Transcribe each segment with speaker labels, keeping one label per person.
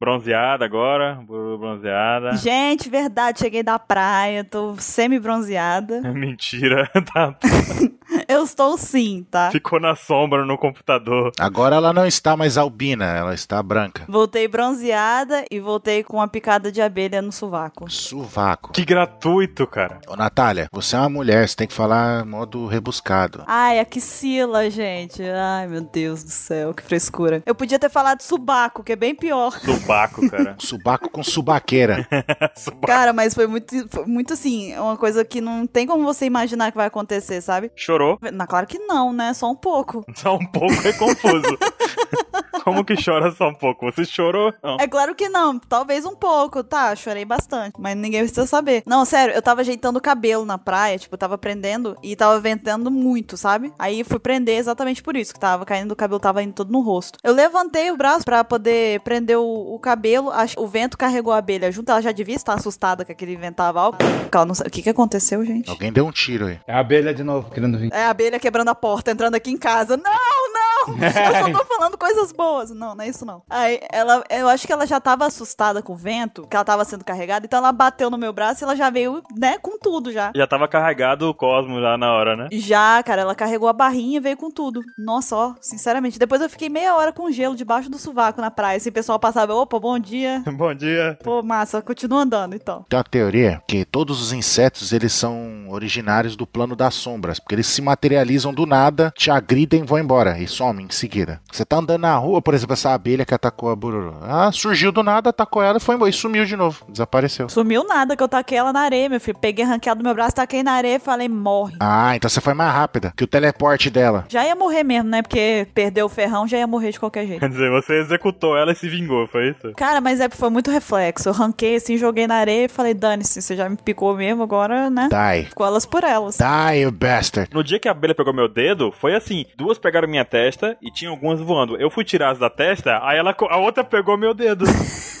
Speaker 1: Bronzeada agora, bronzeada.
Speaker 2: Gente, verdade, cheguei da praia, tô semi-bronzeada.
Speaker 1: Mentira, tá.
Speaker 2: Eu estou sim, tá?
Speaker 1: Ficou na sombra no computador.
Speaker 3: Agora ela não está mais albina, ela está branca.
Speaker 2: Voltei bronzeada e voltei com uma picada de abelha no sovaco.
Speaker 3: Suvaco.
Speaker 1: Que gratuito, cara.
Speaker 3: Ô, Natália, você é uma mulher, você tem que falar modo rebuscado.
Speaker 2: Ai, axila, gente. Ai, meu Deus do céu, que frescura. Eu podia ter falado subaco, que é bem pior.
Speaker 1: Subaco, cara.
Speaker 3: Subaco com subaqueira.
Speaker 1: Subaco.
Speaker 2: Cara, mas foi muito, foi muito assim, uma coisa que não tem como você imaginar que vai acontecer, sabe?
Speaker 1: Chorou?
Speaker 2: Na, claro que não, né? Só um pouco.
Speaker 1: Só um pouco é confuso. Como que chora só um pouco? Você chorou? Não.
Speaker 2: É claro que não, talvez um pouco, tá? Chorei bastante, mas ninguém precisa saber. Não, sério, eu tava ajeitando o cabelo na praia, tipo, tava prendendo e tava ventando muito, sabe? Aí fui prender exatamente por isso, que tava caindo o cabelo, tava indo todo no rosto. Eu levantei o braço pra poder prender o, o cabelo, ach- o vento carregou a abelha junto, ela já devia estar assustada com aquele ventaval. Calma, não sei- o que que aconteceu, gente?
Speaker 3: Alguém deu um tiro aí.
Speaker 4: É a abelha de novo querendo vir.
Speaker 2: É a abelha quebrando a porta, entrando aqui em casa. Não, não! Eu só tô falando coisas boas. Não, não é isso não. Aí ela, eu acho que ela já tava assustada com o vento, que ela tava sendo carregada, então ela bateu no meu braço e ela já veio, né, com tudo já.
Speaker 1: Já tava carregado o Cosmo lá na hora, né?
Speaker 2: Já, cara, ela carregou a barrinha e veio com tudo. Nossa, ó, sinceramente. Depois eu fiquei meia hora com gelo debaixo do sovaco na praia. Assim, o pessoal passava, opa, bom dia.
Speaker 1: Bom dia.
Speaker 2: Pô, massa, continua andando então.
Speaker 3: Tem uma teoria que todos os insetos eles são originários do plano das sombras, porque eles se materializam do nada, te agridem e vão embora e somem em seguida. Você tá andando na rua, por exemplo, essa abelha que atacou a bururu. Ah, surgiu do nada, atacou ela e foi embora e sumiu de novo, desapareceu.
Speaker 2: Sumiu nada que eu taquei ela na areia, meu filho. Peguei arranqueado do meu braço, taquei na areia e falei, morre.
Speaker 3: Ah, então você foi mais rápida que o teleporte dela.
Speaker 2: Já ia morrer mesmo, né? Porque perdeu o ferrão, já ia morrer de qualquer jeito.
Speaker 1: Quer dizer, você executou ela e se vingou, foi isso?
Speaker 2: Cara, mas é, foi muito reflexo. Eu ranquei assim, joguei na areia e falei, dane-se, você já me picou mesmo, agora, né?
Speaker 1: Tá.
Speaker 3: Die.
Speaker 2: Ficou elas por elas.
Speaker 3: Die, you bastard.
Speaker 1: No dia que a abelha pegou meu dedo, foi assim: duas pegaram minha testa e tinha algumas voando. Eu fui tirar as da testa, aí ela, co- a outra pegou meu dedo.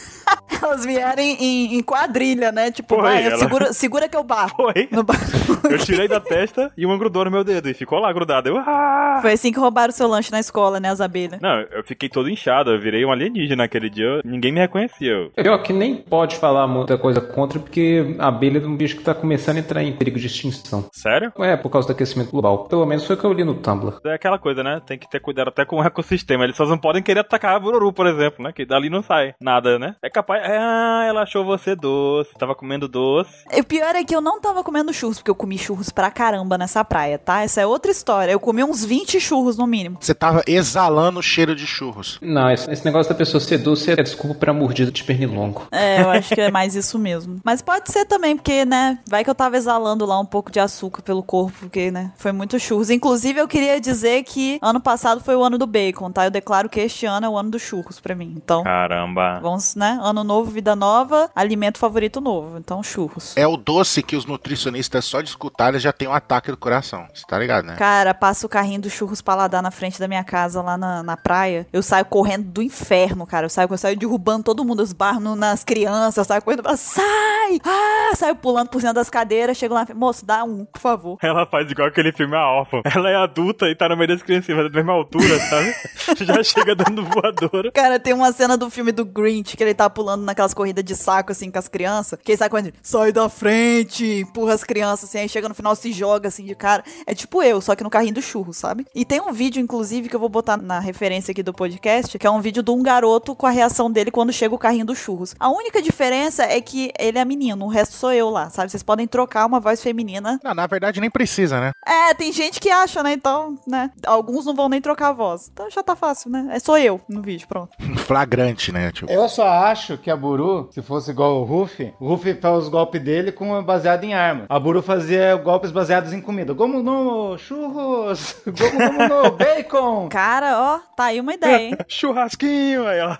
Speaker 2: Elas vieram em, em- em quadrilha, né? Tipo,
Speaker 1: Foi,
Speaker 2: vai,
Speaker 1: ela-
Speaker 2: segura, segura que eu bato.
Speaker 1: Foi.
Speaker 2: No ba-
Speaker 1: Eu tirei da testa e uma grudou no meu dedo e ficou lá grudada. Eu, ah!
Speaker 2: Foi assim que roubaram seu lanche na escola, né, as abelhas.
Speaker 1: Não, eu fiquei todo inchado, eu virei um alienígena aquele dia, eu- ninguém me reconhecia.
Speaker 4: Pior que nem pode falar muita coisa contra, porque a abelha é um bicho que tá começando a entrar em perigo de extinção.
Speaker 1: Sério?
Speaker 4: É, por causa do aquecimento global. Pelo menos foi o que eu li no Tumblr.
Speaker 1: É aquela coisa, né? Tem que ter cuidado até com o ecossistema. Eles só não podem querer atacar a Bururu, por exemplo, né? Que dali não sai nada, né? É capaz. Ah, ela achou você doce, tava comendo doce.
Speaker 2: E O pior é que eu não tava comendo churros, porque eu comi churros pra caramba nessa praia, tá? Essa é outra história. Eu comi uns 20 churros no mínimo.
Speaker 3: Você tava exalando o cheiro de churros.
Speaker 4: Não, esse, esse negócio da pessoa ser doce é desculpa pra mordida de pernilongo.
Speaker 2: É, eu acho que é mais isso mesmo. Mas pode ser também, porque, né, vai que eu tava exalando lá um pouco de açúcar pelo corpo, porque, né, foi muito churros. Inclusive, eu queria dizer que ano passado foi o ano do bacon, tá? Eu declaro que este ano é o ano dos churros pra mim. Então,
Speaker 1: Caramba.
Speaker 2: vamos, né, ano novo, vida nova, alimento favorito novo. Então, churros.
Speaker 3: É o doce que os nutricionistas só de escutar eles já tem um ataque do coração. Você tá ligado, né?
Speaker 2: Cara, passa o carrinho do churros paladar na frente da minha casa, lá na, na praia. Eu saio correndo do inferno, cara. Eu saio, eu saio derrubando todo mundo, os barros no- nas crianças, eu saio correndo. Sai! Ah! Saio pulando por cima das cadeiras, chego lá, moço, dá um, por favor.
Speaker 1: Ela faz igual aquele filme A Órfã. Ela é adulta e tá no meio das crianças, mas da mesma altura, sabe? Já chega dando voadora.
Speaker 2: Cara, tem uma cena do filme do Grinch que ele tá pulando naquelas corridas de saco, assim, com as crianças. Que ele sai correndo, assim, sai da frente, empurra as crianças, assim, aí chega no final, se joga, assim, de cara. É tipo eu, só que no carrinho do churro, sabe? E tem um vídeo, inclusive, que eu vou botar na referência aqui do podcast, que é um vídeo de um garoto com a reação dele quando chega o carrinho dos churros. A única diferença é que ele é menino, o resto sou eu lá, sabe? Vocês podem trocar uma voz feminina.
Speaker 3: Não, na verdade nem precisa, né?
Speaker 2: É, tem gente que acha, né? Então, né? Alguns não vão nem trocar a voz. Então já tá fácil, né? É só eu no vídeo, pronto.
Speaker 3: Flagrante, né? Tipo,
Speaker 5: Eu só acho que a Buru, se fosse igual o Ruffy, o Ruffy faz os golpes dele com baseado em arma. A Buru fazia golpes baseados em comida. Gomu no churros, gomu, gomu no bacon.
Speaker 2: Cara, ó, tá aí uma ideia, hein?
Speaker 1: Churrasquinho, aí ela.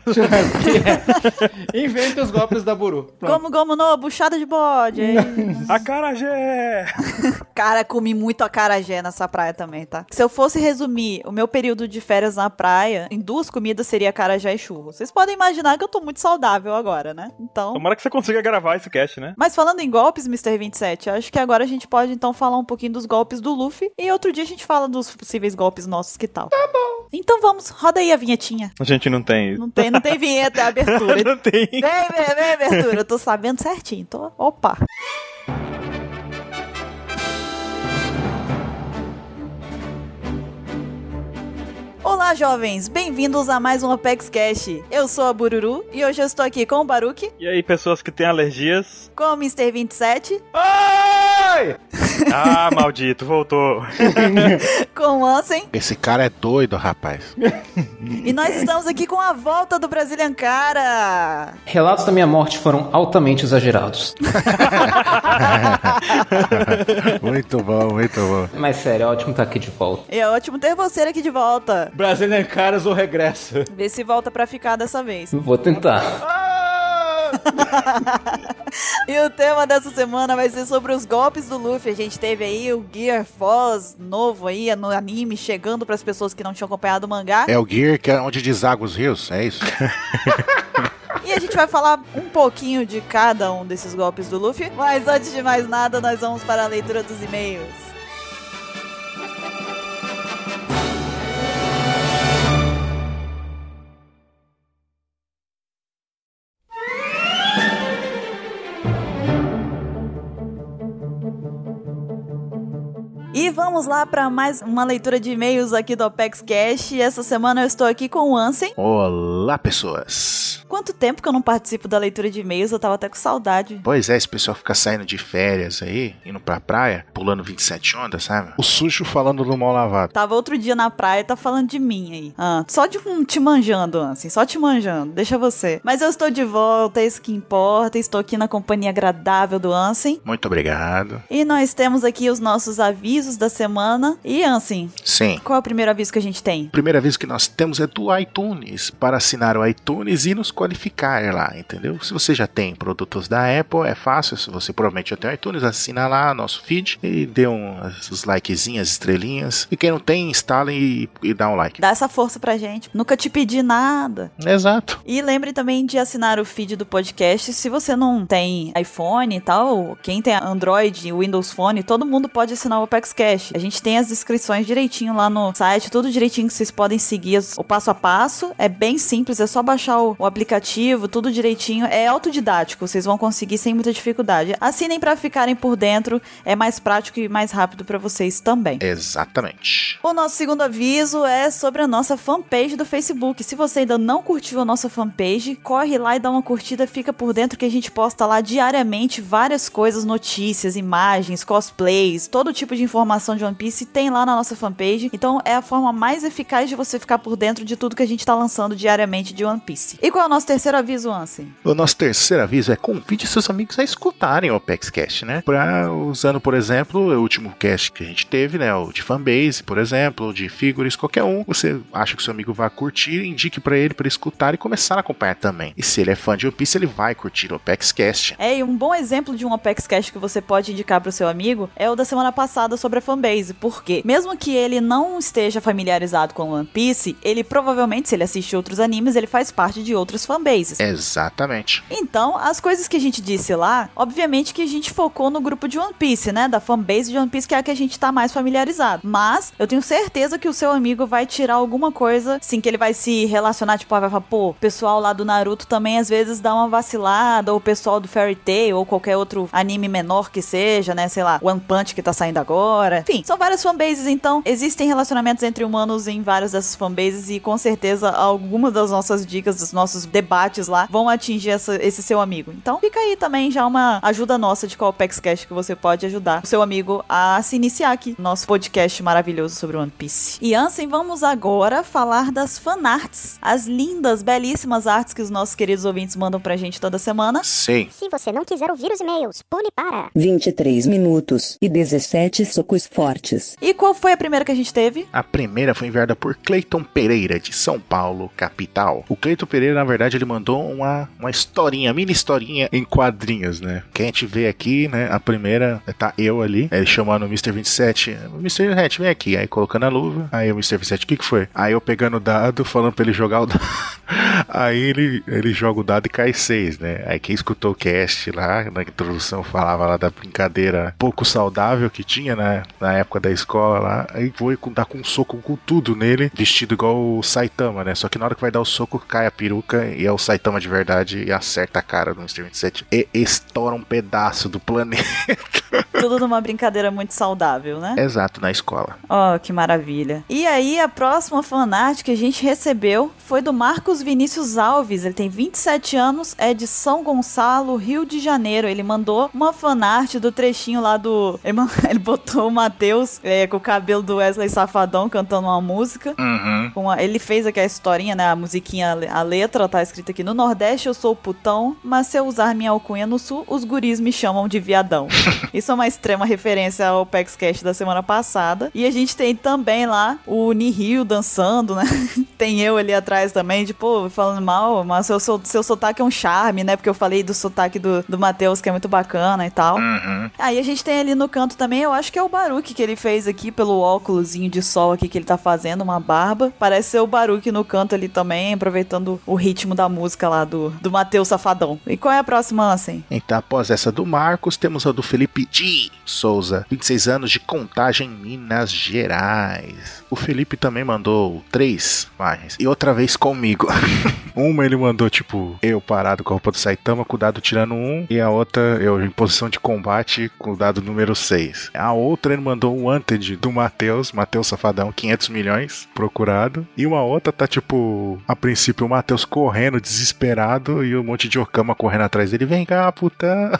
Speaker 5: Inventa os golpes da Buru. Pronto.
Speaker 2: Como, como no, buchada de bode. hein?
Speaker 1: Acarajé!
Speaker 2: Cara, comi muito acarajé nessa praia também, tá? Se eu fosse resumir o meu período de férias na praia, em duas comidas seria acarajé e churros. Vocês podem imaginar que eu tô muito saudável agora, né? Então...
Speaker 1: Tomara que você consiga gravar esse cast, né?
Speaker 2: Mas falando em golpes, Mr. 27, acho que agora a gente pode então falar um pouquinho dos golpes do Luffy e outro dia a gente fala dos possíveis golpes nossos, que tal? Tá bom. Então vamos, roda aí a vinhetinha.
Speaker 1: A gente não tem isso.
Speaker 2: Não tem, não tem vinheta, é abertura.
Speaker 1: não tem.
Speaker 2: Vem, vem, vem, abertura. Eu tô sabendo certinho. Tô... Opa. Olá, jovens! Bem-vindos a mais um Apex Cash. Eu sou a Bururu e hoje eu estou aqui com o Baruque,
Speaker 1: E aí, pessoas que têm alergias?
Speaker 2: com o Mr. 27,
Speaker 5: Ai!
Speaker 1: Ah, maldito, voltou.
Speaker 2: com o Ansem
Speaker 3: Esse cara é doido, rapaz.
Speaker 2: e nós estamos aqui com a volta do Brazilian Cara!
Speaker 4: Relatos da minha morte foram altamente exagerados.
Speaker 3: muito bom, muito bom.
Speaker 4: Mas sério, é ótimo estar aqui de volta.
Speaker 2: E é ótimo ter você aqui de volta.
Speaker 5: Brasilian Caras ou regressa.
Speaker 2: Vê se volta pra ficar dessa vez.
Speaker 4: Vou tentar.
Speaker 2: E o tema dessa semana vai ser sobre os golpes do Luffy. A gente teve aí o Gear Foz novo aí no anime, chegando pras pessoas que não tinham acompanhado o mangá.
Speaker 3: É o Gear que é onde deságua os rios, é isso?
Speaker 2: E a gente vai falar um pouquinho de cada um desses golpes do Luffy. Mas antes de mais nada, nós vamos para a leitura dos e-mails. E vamos lá para mais uma leitura de e-mails aqui do Apex Cash. E essa semana eu estou aqui com o Ansem.
Speaker 3: Olá, pessoas.
Speaker 2: Quanto tempo que eu não participo da leitura de e-mails, eu tava até com saudade.
Speaker 3: Pois é, esse pessoal fica saindo de férias aí, indo pra praia, pulando 27 ondas, sabe? O sujo falando do mal lavado.
Speaker 2: Tava outro dia na praia e tá falando de mim aí. Ah, só de um te manjando, assim, só te manjando, deixa você. Mas eu estou de volta, é isso que importa, estou aqui na companhia agradável do Ansem.
Speaker 3: Muito obrigado.
Speaker 2: E nós temos aqui os nossos avisos da semana. E Ansem,
Speaker 3: Sim.
Speaker 2: qual é o primeiro aviso que a gente tem?
Speaker 3: Primeira vez que nós temos é do iTunes, para assinar o iTunes e nos qualificar lá, entendeu? Se você já tem produtos da Apple, é fácil, se você provavelmente já tem o iTunes, assina lá nosso feed e dê um, os likezinhas, estrelinhas. E quem não tem, instala e, e dá um like.
Speaker 2: Dá essa força pra gente. Nunca te pedi nada.
Speaker 3: Exato.
Speaker 2: E lembre também de assinar o feed do podcast. Se você não tem iPhone e tal, quem tem Android, Windows Phone, todo mundo pode assinar o Apex Cash. A gente tem as descrições direitinho lá no site, tudo direitinho que vocês podem seguir as- o passo a passo. É bem simples, é só baixar o, o aplicativo, tudo direitinho. É autodidático, vocês vão conseguir sem muita dificuldade. Assinem pra ficarem por dentro, é mais prático e mais rápido pra vocês também.
Speaker 3: Exatamente.
Speaker 2: O nosso segundo aviso é sobre a nossa fanpage do Facebook. Se você ainda não curtiu a nossa fanpage, corre lá e dá uma curtida, fica por dentro que a gente posta lá diariamente várias coisas, notícias, imagens, cosplays, todo tipo de informação de One Piece tem lá na nossa fanpage. Então é a forma mais eficaz de você ficar por dentro de tudo que a gente tá lançando diariamente de One Piece. E qual é o nosso terceiro aviso, Ansem?
Speaker 3: O nosso terceiro aviso é convide seus amigos a escutarem o Apex Cash, né? Pra, usando, por exemplo, o último cast que a gente teve, né? O de fanbase, por exemplo, o de figures, qualquer um. Você acha que seu amigo vai curtir, indique pra ele pra ele escutar e começar a acompanhar também. E se ele é fã de One Piece, ele vai curtir o Apex Cast.
Speaker 2: É, e um bom exemplo de um Apex Cash que você pode indicar pro seu amigo é o da semana passada sobre a fanbase. Por quê? Mesmo que ele não esteja familiarizado com One Piece, ele provavelmente, se ele assiste outros animes, ele faz parte de outras fanbases.
Speaker 3: Exatamente.
Speaker 2: Então, as coisas que a gente disse lá, obviamente que a gente focou no grupo de One Piece, né? Da fanbase de One Piece, que é a que a gente tá mais familiarizado. Mas, eu tenho certeza que o seu amigo vai tirar alguma coisa, assim, que ele vai se relacionar, tipo, ah, vai falar, pô, o pessoal lá do Naruto também às vezes dá uma vacilada, ou o pessoal do Fairy Tail, ou qualquer outro anime menor que seja, né? Sei lá, One Punch que tá saindo agora. Enfim, são várias fanbases, então existem relacionamentos entre humanos em várias dessas fanbases e com certeza algumas das nossas dicas, dos nossos debates lá vão atingir essa- esse seu amigo. Então fica aí também já uma ajuda nossa de qual Cash que você pode ajudar o seu amigo a se iniciar aqui no nosso podcast maravilhoso sobre One Piece. E Ansem, vamos agora falar das fanarts, as lindas, belíssimas artes que os nossos queridos ouvintes mandam pra gente toda semana.
Speaker 3: Sim.
Speaker 6: Se você não quiser ouvir os e-mails, pule para.
Speaker 7: 23 minutos e 17 socos fortes.
Speaker 2: E qual foi a primeira que a gente teve?
Speaker 3: A primeira foi enviada por Cleiton Pereira, de São Paulo, capital. O Cleiton Pereira, na verdade, ele mandou uma, uma historinha, mini historinha em quadrinhos, né? Quem a gente vê aqui, né? A primeira tá eu ali, ele chamando o Mr. 27. Mr. 27, vem aqui. Aí colocando a luva. Aí o Mr. 27, o que que foi? Aí eu pegando o dado, falando pra ele jogar o dado. Aí ele, ele joga o dado e cai seis, né? Aí quem escutou o cast lá, na introdução falava lá da brincadeira pouco saudável que tinha né? na época da escola lá. Aí foi com- dar com um soco com tudo nele, vestido igual o Saitama, né? Só que na hora que vai dar o soco, cai a peruca e é o Saitama de verdade e acerta a cara do Mr. 27 e estoura um pedaço do planeta.
Speaker 2: Tudo numa brincadeira muito saudável, né?
Speaker 3: Exato, na escola.
Speaker 2: Oh, que maravilha. E aí, a próxima fanart que a gente recebeu foi do Marcos Vinícius Alves. Ele tem 27 anos, é de São Gonçalo, Rio de Janeiro. Ele mandou uma fanart do trechinho lá do. Ele man- ele botou o Matheus é, com o cabelo do Wesley Safadão cantando uma música.
Speaker 3: Uhum.
Speaker 2: Com a- ele fez aqui a historinha, né? A musiquinha, a le- a letra tá escrita aqui. No Nordeste eu sou putão, mas se eu usar minha alcunha no Sul, os guris me chamam de viadão. Isso é uma extrema referência ao PEX Cash da semana passada. E a gente tem também lá o Nihil dançando, né? tem eu ali atrás também, de pô, falando mal, mas seu, seu, seu sotaque é um charme, né? Porque eu falei do sotaque do, do Matheus, que é muito bacana e tal.
Speaker 3: Uhum.
Speaker 2: Aí a gente tem ali no canto também, eu acho que é o Baruque que ele fez aqui pelo óculosinho de sol aqui que ele tá fazendo, uma barba. Parece ser o Baruque no canto ali também, aproveitando o ritmo da música lá do, do Matheus Safadão. E qual é a próxima, assim?
Speaker 3: Então, após essa do Marcos, temos a do Felipe de Souza, 26 anos de contagem Minas Gerais. O Felipe também mandou três imagens. E outra vez comigo. Uma ele mandou, tipo, eu parado com a roupa do Saitama, com o dado tirando um. E a outra, eu em posição de combate, com o dado número 6. A outra ele mandou um Wanted do Matheus, Matheus Safadão, 500 milhões, procurado. E uma outra tá, tipo, a princípio, o Matheus correndo, desesperado, e um monte de Okama correndo atrás dele. Vem cá, putão!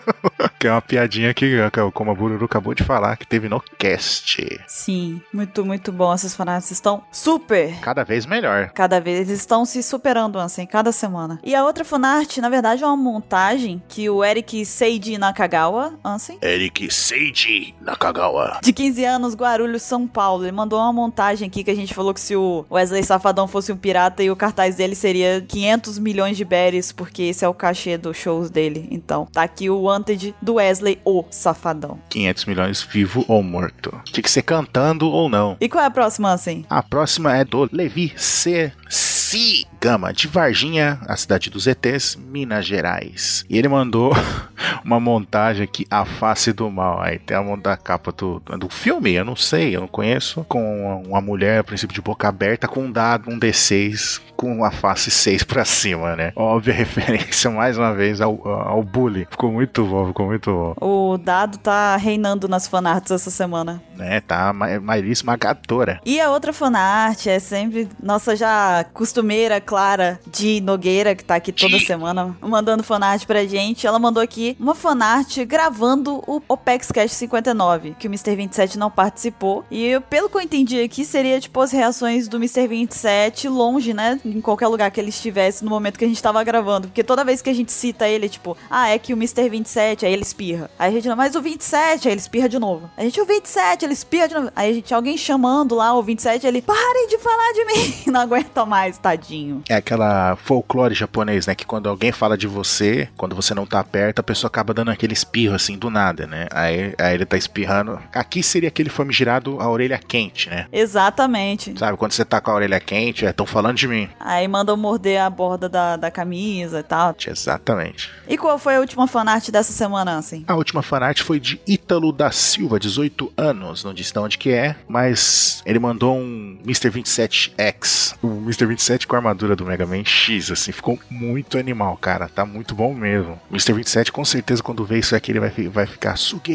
Speaker 3: que é uma piadinha que, como a Bururu acabou de falar, que teve no cast.
Speaker 2: Sim, muito, muito bom. Essas fanáticas estão super
Speaker 3: Cada vez melhor.
Speaker 2: Cada vez eles estão se superando, assim, cada semana. E a outra fanart, na verdade, é uma montagem que o Eric Seiji Nakagawa, assim,
Speaker 3: Eric Seiji Nakagawa.
Speaker 2: de 15 anos, Guarulhos, São Paulo. Ele mandou uma montagem aqui que a gente falou que se o Wesley Safadão fosse um pirata e o cartaz dele seria 500 milhões de berries, porque esse é o cachê dos shows dele. Então, tá aqui o Wanted do Wesley, o Safadão.
Speaker 3: 500 milhões vivo ou morto. Tinha que ser cantando ou não.
Speaker 2: E qual é a próxima, assim?
Speaker 3: A próxima é do Levi C. C. Gama, de Varginha, a cidade dos ETs, Minas Gerais. E ele mandou uma montagem aqui, A Face do Mal. Aí tem a mão da capa do, do filme, eu não sei, eu não conheço. Com uma mulher, a princípio, de boca aberta, com um dado, um D6, com a face 6 pra cima, né? Óbvia referência, mais uma vez, ao, ao bullying. Ficou muito bom, ficou muito bom.
Speaker 2: O dado tá reinando nas fanarts essa semana.
Speaker 3: Né? Tá, ma- maioria esmagadora.
Speaker 2: E a outra fanart é sempre nossa já costumeira Clara de Nogueira, que tá aqui toda semana mandando fanart pra gente. Ela mandou aqui uma fanart gravando o Opex Cash 59, que o Mr. 27 não participou. E eu, pelo que eu entendi aqui, seria tipo as reações do Mr. 27 longe, né? Em qualquer lugar que ele estivesse no momento que a gente tava gravando. Porque toda vez que a gente cita ele, é tipo, ah, é que o Mr. 27, aí ele espirra. Aí a gente não, mas o 27, aí ele espirra de novo. A gente, o 27, ele espirra de novo. Aí a gente, alguém chamando lá o 27, ele, parem de falar de mim. Não aguenta mais, tadinho.
Speaker 3: É aquela folclore japonês, né? Que quando alguém fala de você, quando você não tá perto, a pessoa acaba dando aquele espirro, assim, do nada, né? Aí, aí ele tá espirrando. Aqui seria aquele famigerado a orelha quente, né?
Speaker 2: Exatamente.
Speaker 3: Sabe, quando você tá com a orelha quente, é, tão falando de mim.
Speaker 2: Aí mandam morder a borda da, da camisa e tal.
Speaker 3: Exatamente.
Speaker 2: E qual foi a última fanart dessa semana, assim?
Speaker 3: A última fanart foi de Ítalo da Silva, 18 anos. Não disse de onde que é, mas ele mandou um Mr. 27X. O Mr. 27 com a armadura do Mega Man X, assim. Ficou muito animal, cara. Tá muito bom mesmo. O Mr. 27, com certeza, quando vê isso aqui, ele vai, fi- vai ficar sugue.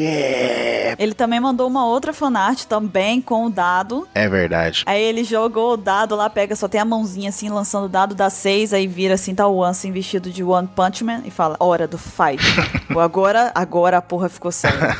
Speaker 2: Ele também mandou uma outra fanart também com o dado.
Speaker 3: É verdade.
Speaker 2: Aí ele jogou o dado lá, pega, só tem a mãozinha assim, lançando o dado, dá seis, aí vira assim, tá o One assim, vestido de One Punch Man e fala, hora do fight. Pô, agora, agora a porra ficou séria.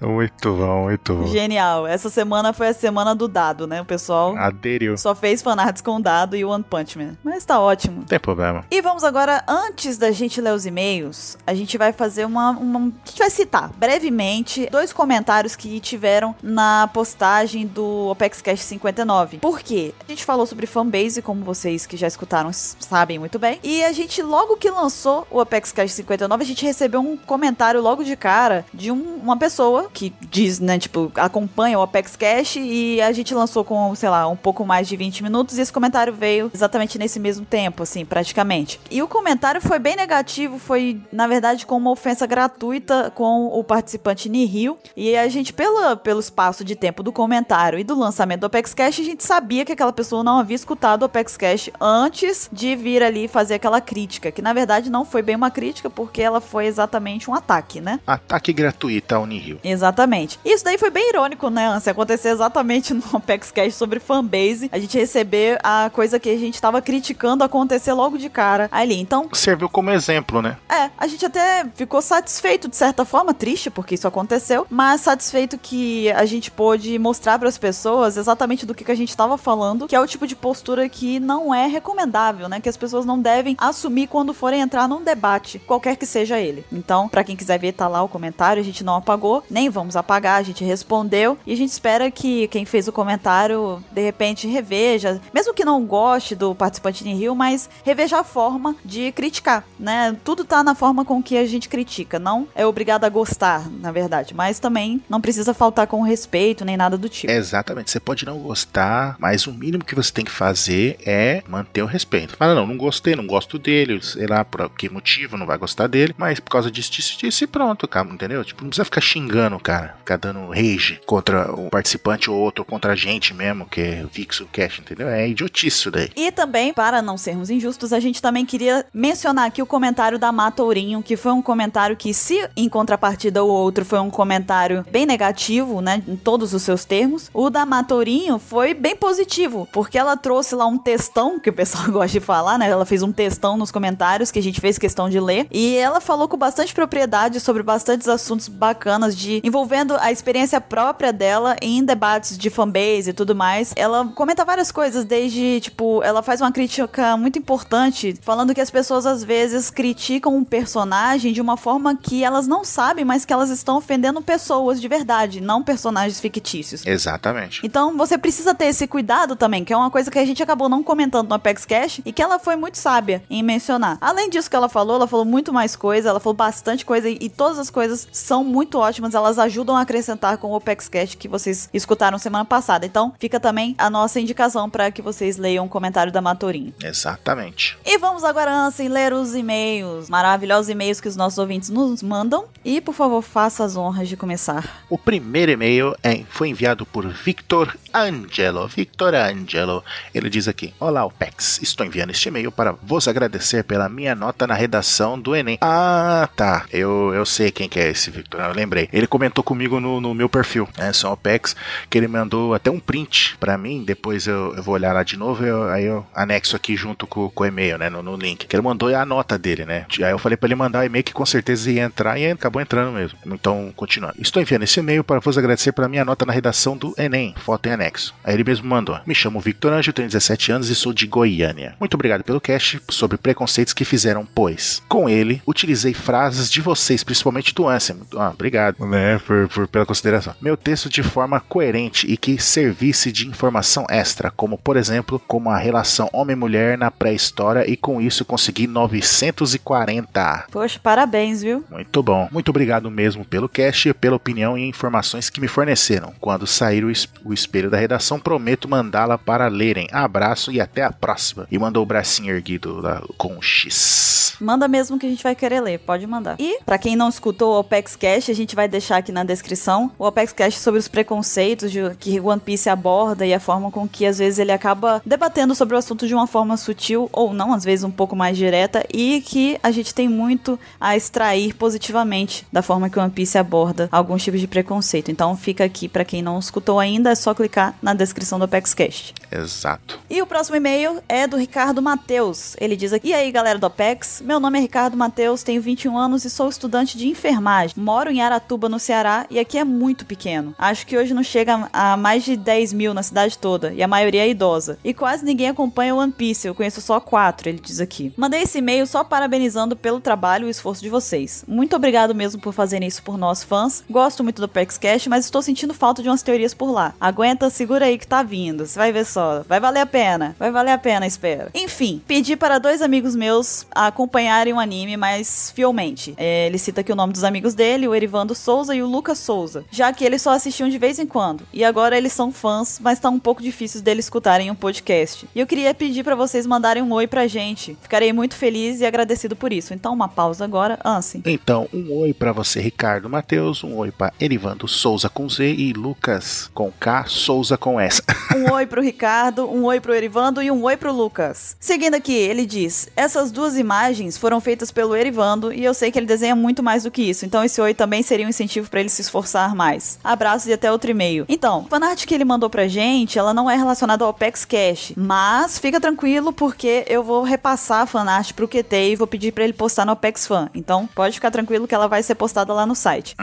Speaker 3: Muito bom, muito bom.
Speaker 2: Genial. Essa semana foi a semana do dado, né? O pessoal
Speaker 3: Aderiu.
Speaker 2: só fez fanarts com o dado e o One Punch Man. Mas tá ótimo.
Speaker 3: Não tem problema.
Speaker 2: E vamos agora, antes da gente ler os e-mails, a gente vai fazer uma, uma. A gente vai citar brevemente dois comentários que tiveram na postagem do OpexCast 59. Por quê? A gente falou sobre fanbase, como vocês que já escutaram s- sabem muito bem. E a gente, logo que lançou o OpexCast 59, a gente recebeu um comentário logo de cara de um- uma pessoa que diz, né, tipo, acompanha o Apex Cash e a gente lançou com, sei lá, um pouco mais de 20 minutos e esse comentário veio exatamente nesse mesmo tempo, assim, praticamente. E o comentário foi bem negativo, foi, na verdade, com uma ofensa gratuita com o participante Nihil e a gente, pela, pelo espaço de tempo do comentário e do lançamento do Apex Cash, a gente sabia que aquela pessoa não havia escutado o Apex Cash antes de vir ali fazer aquela crítica, que na verdade não foi bem uma crítica, porque ela foi exatamente um ataque, né?
Speaker 3: Ataque gratuito ao Nihil.
Speaker 2: Exatamente. Isso daí foi bem irônico, né, Anse? Acontecer exatamente no Apex Cash sobre fanbase, a gente receber a coisa que a gente tava criticando acontecer logo de cara ali. Então,
Speaker 3: Serviu como exemplo, né?
Speaker 2: é, a gente até ficou satisfeito de certa forma, triste porque isso aconteceu, mas satisfeito que a gente pôde mostrar para as pessoas exatamente do que, que a gente tava falando, que é o tipo de postura que não é recomendável, né? Que as pessoas não devem assumir quando forem entrar num debate, qualquer que seja ele. Então, para quem quiser ver, tá lá o comentário, a gente não apagou, nem vamos apagar, a gente respondeu e a gente espera que quem fez o comentário de repente reveja, mesmo que não goste do participante de Rio, mas reveja a forma de criticar, né? Tudo tá na forma com que a gente critica, não é obrigado a gostar, na verdade, mas também não precisa faltar com respeito nem nada
Speaker 3: É,
Speaker 2: do tipo.
Speaker 3: Exatamente. Você pode não gostar, mas o mínimo que você tem que fazer é manter o respeito. Fala, não, não gostei, não gosto dele, sei lá por que motivo, não vai gostar dele, mas por causa disso, disso, disso e pronto, cara, entendeu? Tipo, não precisa ficar xingando o cara, ficar dando rage contra o participante ou outro, contra a gente mesmo, que é fixo o cash, entendeu? É idiotice isso daí.
Speaker 2: E também, para não sermos injustos, a gente também queria mencionar aqui o comentário da Mata Ourinho, que foi um comentário que, se em contrapartida o outro foi um comentário bem negativo, né, em todos os seus termos, o da Mata Ourinho foi bem positivo, porque ela trouxe lá um textão, que o pessoal gosta de falar, né, ela fez um textão nos comentários que a gente fez questão de ler, e ela falou com bastante propriedade sobre bastantes assuntos bacanas de envolvendo a experiência própria dela em debates de fanbase e tudo mais. Ela comenta várias coisas, desde, tipo, ela faz uma crítica muito importante, falando que as pessoas às vezes criticam um personagem de uma forma que elas não sabem, mas que elas estão ofendendo pessoas de verdade, não personagens fictícios.
Speaker 3: Exatamente.
Speaker 2: Então você precisa ter esse cuidado também, que é uma coisa que a gente acabou não comentando no Apex Cash e que ela foi muito sábia em mencionar. Além disso que ela falou, ela falou muito mais coisa, ela falou bastante coisa e e todas as coisas são muito ótimas, elas ajudam a acrescentar com o Apex Cash que vocês escutaram semana passada. Então fica também a nossa indicação para que vocês leiam o comentário da Matorin.
Speaker 3: Exatamente.
Speaker 2: E vamos agora, Ansem, ler os e-mails, maravilhosos e-mails que os nossos ouvintes nos mandam. E, por favor, faça as honras de começar.
Speaker 3: O primeiro e-mail é- foi enviado por Victor Angelo. Victor Angelo. Ele diz aqui: Olá, OPEX. Estou enviando este e-mail para vos agradecer pela minha nota na redação do Enem. Ah, tá. Eu, eu sei quem que é esse Victor. Eu lembrei. Ele comentou comigo no, no meu perfil, né? São OPEX, que ele mandou até um print para mim. Depois eu, eu vou olhar lá de novo. eu- aí eu anexo aqui junto com, com o e-mail, né? No, no link. Que ele mandou a nota dele, né? Aí eu falei para ele mandar o e-mail que com certeza ia entrar e acabou entrando mesmo. Então, continuando. Estou enviando esse e-mail para vos agradecer pela minha nota na redação do Enem. Foto em anexo. Aí ele mesmo mandou. Me chamo Victor Anjo, tenho 17 anos e sou de Goiânia. Muito obrigado pelo cast sobre preconceitos que fizeram, pois. Com ele, utilizei frases de vocês, principalmente do Ansem. Ah, obrigado, né, por, por- pela consideração. Meu texto de forma coerente e que servisse de informação extra, como, por exemplo, como a relação homem-mulher na pré-história e com isso consegui 940.
Speaker 2: Poxa, parabéns, viu?
Speaker 3: Muito bom. Muito obrigado mesmo pelo cast, pela opinião e informações que me forneceram. Quando sair o, es- o espelho da redação, prometo mandá-la para lerem. Abraço e até a próxima. E mandou o bracinho erguido lá com um X.
Speaker 2: Manda mesmo que a gente vai querer ler, pode mandar. E, pra quem não escutou o Apex Cash, a gente vai deixar aqui na descrição o Apex Cash sobre os preconceitos de- que One Piece aborda e a forma com que às vezes ele acaba debatendo sobre o assunto de uma forma sutil ou não, às vezes um pouco mais direta, e que a gente tem muito a extrair positivamente da forma que One Piece aborda alguns tipos de preconceito. Então fica aqui pra quem não escutou ainda, é só clicar na descrição do Apex Cash.
Speaker 3: Exato.
Speaker 2: E o próximo e-mail é do Ricardo Mateus. Ele diz aqui: E aí, galera do Apex? Meu nome é Ricardo Mateus, tenho 21 anos e sou estudante de enfermagem. Moro em Aratuba, no Ceará, e aqui é muito pequeno. Acho que hoje não chega a a mais de 10 mil na cidade toda, e a maioria é idosa. E quase ninguém acompanha o One Piece, eu conheço só quatro, ele diz aqui. Mandei esse e-mail só parabenizando pelo trabalho e o esforço de vocês. Muito obrigado mesmo por fazerem isso por nós fãs. Gosto muito do Apex Cash, mas estou sentindo falta de umas teorias por lá. Aguenta, segura aí que tá vindo. Você vai ver só. Vai valer a pena. Vai valer a pena, espera. Enfim, pedi para dois amigos meus acompanharem o anime mais fielmente. É, ele cita aqui o nome dos amigos dele, o Erivando Souza e o Lucas Souza, já que eles só assistiam de vez em quando. E agora eles são fãs, mas tá um pouco difícil deles escutarem um podcast. E eu queria pedir pra vocês mandarem um oi pra gente. Ficarei muito feliz e agradecido por isso. Então, uma pausa agora. Ansem.
Speaker 3: Então, um oi pra você, Ricardo Matheus, um oi pra Erivando Souza com Z e Lucas com K, Souza com S.
Speaker 2: Um oi pro Ricardo, um oi pro Erivando e um oi pro Lucas. Seguindo aqui, ele diz: Essas duas imagens foram feitas pelo Erivando e eu sei que ele desenha muito mais do que isso, então esse oi também seria um incentivo pra ele se esforçar mais. Abraços e até outro e-mail. Então, a fanart que ele mandou pra gente, ela não é relacionada ao Apex Cash, mas fica tranquilo porque eu vou repassar a fanart pro QT e vou pedir pra ele postar no Apex Fan. Então, pode ficar tranquilo que ela vai ser postada lá no site.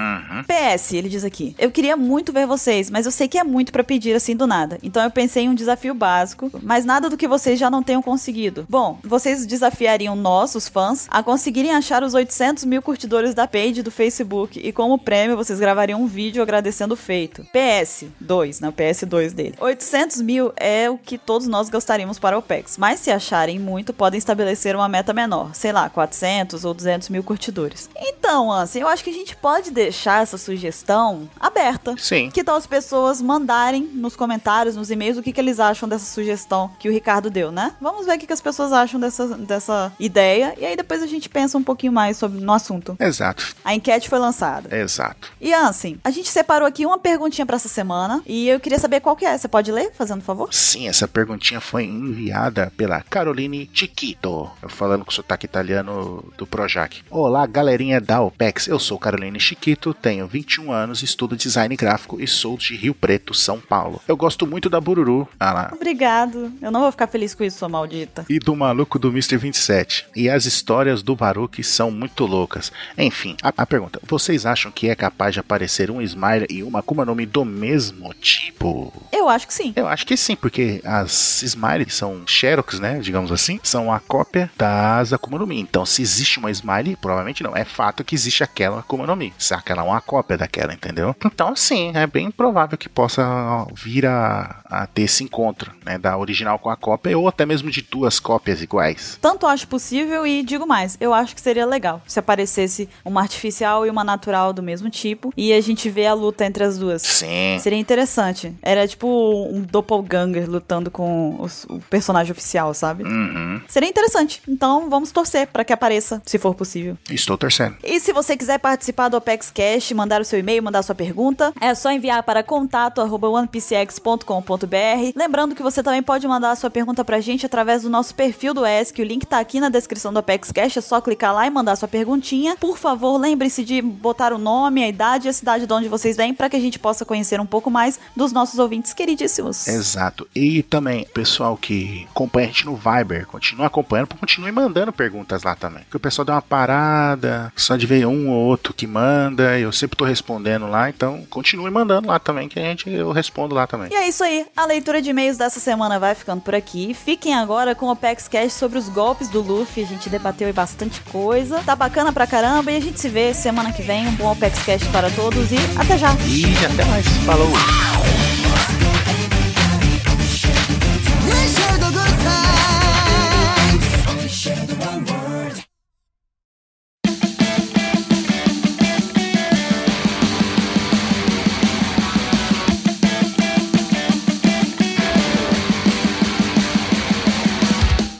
Speaker 2: PS, ele diz aqui. Eu queria muito ver vocês, mas eu sei que é muito pra pedir assim do nada. Então eu pensei em um desafio básico, mas nada do que vocês já não tenham conseguido. Bom, vocês desafiariam nós, os fãs, a conseguirem achar os 800 mil curtidores da page do Facebook e como prêmio vocês gravariam um vídeo agradecendo o feito. PS 2, não, PS 2 dele. 800 mil é o que todos nós gostaríamos para o PEX, mas se acharem muito, podem estabelecer uma meta menor, sei lá, 400 ou 200 mil curtidores. Então, Ansem, eu acho que a gente pode deixar essa sugestão aberta.
Speaker 3: Sim.
Speaker 2: Que tal as pessoas mandarem nos comentários, nos e-mails, o que, que eles acham dessa sugestão que o Ricardo deu, né? Vamos ver o que, que as pessoas acham dessa, dessa ideia e aí depois a gente pensa um pouquinho mais sobre no assunto.
Speaker 3: Exato,
Speaker 2: A enquete foi lançada.
Speaker 3: exato.
Speaker 2: E assim, a gente separou aqui uma perguntinha pra essa semana e eu queria saber qual que é. Você pode ler, fazendo favor?
Speaker 3: Sim, essa perguntinha foi enviada pela Caroline Chiquito, eu falando com sotaque italiano do Projac. Olá, galerinha da OPEX. Eu sou Caroline Chiquito, tenho 21 anos, estudo design gráfico e sou de Rio Preto, São Paulo. Eu gosto muito da Bururu. Ah lá,
Speaker 2: Obrigado. Eu não vou ficar feliz com isso, sua maldita.
Speaker 3: e do maluco do Mr. 27. E as histórias do Baruch são muito loucas. Enfim, a, a pergunta: vocês acham que é capaz de aparecer um Smile e uma Akuma no Mi do mesmo tipo?
Speaker 2: Eu acho que sim.
Speaker 3: Eu acho que sim, porque as Smile são Xerox, né? Digamos assim, são a cópia das Akuma no Mi. Então, se existe uma Smile, provavelmente não. É fato que existe aquela Akuma no Mi. Saca? Ela é uma cópia daquela, entendeu? Então, sim, é bem provável que possa vir a, a ter esse encontro, né? Da original com a cópia, ou até mesmo de duas cópias iguais.
Speaker 2: Tanto acho possível e digo mais, eu acho que seria legal se aparecesse uma artificial e uma natural do mesmo tipo e a gente vê a luta entre as duas.
Speaker 3: Sim.
Speaker 2: Seria interessante. Era tipo um doppelganger lutando com os- o personagem oficial, sabe?
Speaker 3: Uhum.
Speaker 2: Seria interessante. Então vamos torcer pra que apareça, se for possível.
Speaker 3: Estou torcendo.
Speaker 2: E se você quiser participar do Apex Cash, mandar o seu e-mail, mandar sua pergunta, é só enviar para contato@onepcx.com.br. Lembrando que você também pode mandar a sua pergunta pra gente através do nosso perfil do ESC, o link tá aqui na descrição do Apex Cash, é só clicar lá e mandar sua perguntinha. Por favor, lembre-se de botar o nome, a idade e a cidade de onde vocês vêm pra que a gente possa conhecer um pouco mais dos nossos ouvintes queridíssimos.
Speaker 3: Exato. E também, pessoal que acompanha a gente no Viber, continua acompanhando, continue mandando perguntas lá também. Porque o pessoal deu uma parada, só de ver um ou outro que manda, e eu sempre tô respondendo lá, então continue mandando lá também, que a gente eu respondo lá também.
Speaker 2: E é isso aí, a leitura de e-mails dessa semana vai ficando por aqui. Fiquem agora com o Pex Cash sobre os golpes do Luffy. A gente debateu aí bastante coisa. Tá bacana pra caramba e a gente se vê semana que vem. Um bom Apex Cash para todos e até já!
Speaker 3: E até mais. Falou!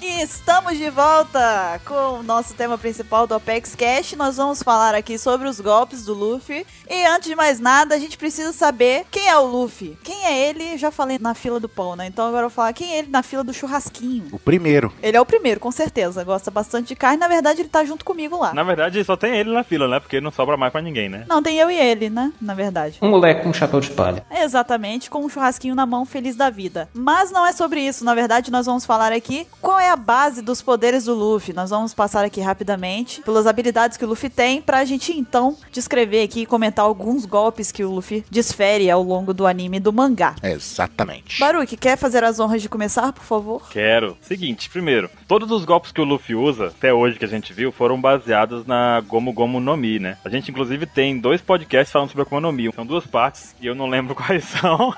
Speaker 2: E estamos de volta com o nosso tema principal do Apex Cash. Nós vamos falar aqui sobre os golpes do Luffy. E antes de mais nada, a gente precisa saber quem é o Luffy. Quem é ele? Eu Já falei na fila do pão, né? Então agora eu vou falar quem é ele na fila do churrasquinho.
Speaker 3: O primeiro.
Speaker 2: Ele é o primeiro, com certeza. Gosta bastante de carne. Na verdade, ele tá junto comigo lá.
Speaker 1: Na verdade, só tem ele na fila, né? Porque não sobra mais pra ninguém, né?
Speaker 2: Não, tem eu e ele, né? Na verdade.
Speaker 4: Um moleque com um chapéu de palha.
Speaker 2: Exatamente, com um churrasquinho na mão, feliz da vida. Mas não é sobre isso. Na verdade, nós vamos falar aqui qual é a base dos poderes do Luffy. Nós vamos passar aqui rapidamente pelas habilidades que o Luffy tem pra gente então descrever aqui e comentar alguns golpes que o Luffy desfere ao longo do anime e do mangá.
Speaker 3: Exatamente.
Speaker 2: Baruque, quer fazer as honras de começar, por favor?
Speaker 1: Quero. Seguinte, primeiro, todos os golpes que o Luffy usa, até hoje que a gente viu, foram baseados na Gomu Gomu no Mi, né? A gente, inclusive, tem dois podcasts falando sobre a Akuma no Mi. São duas partes e eu não lembro quais são.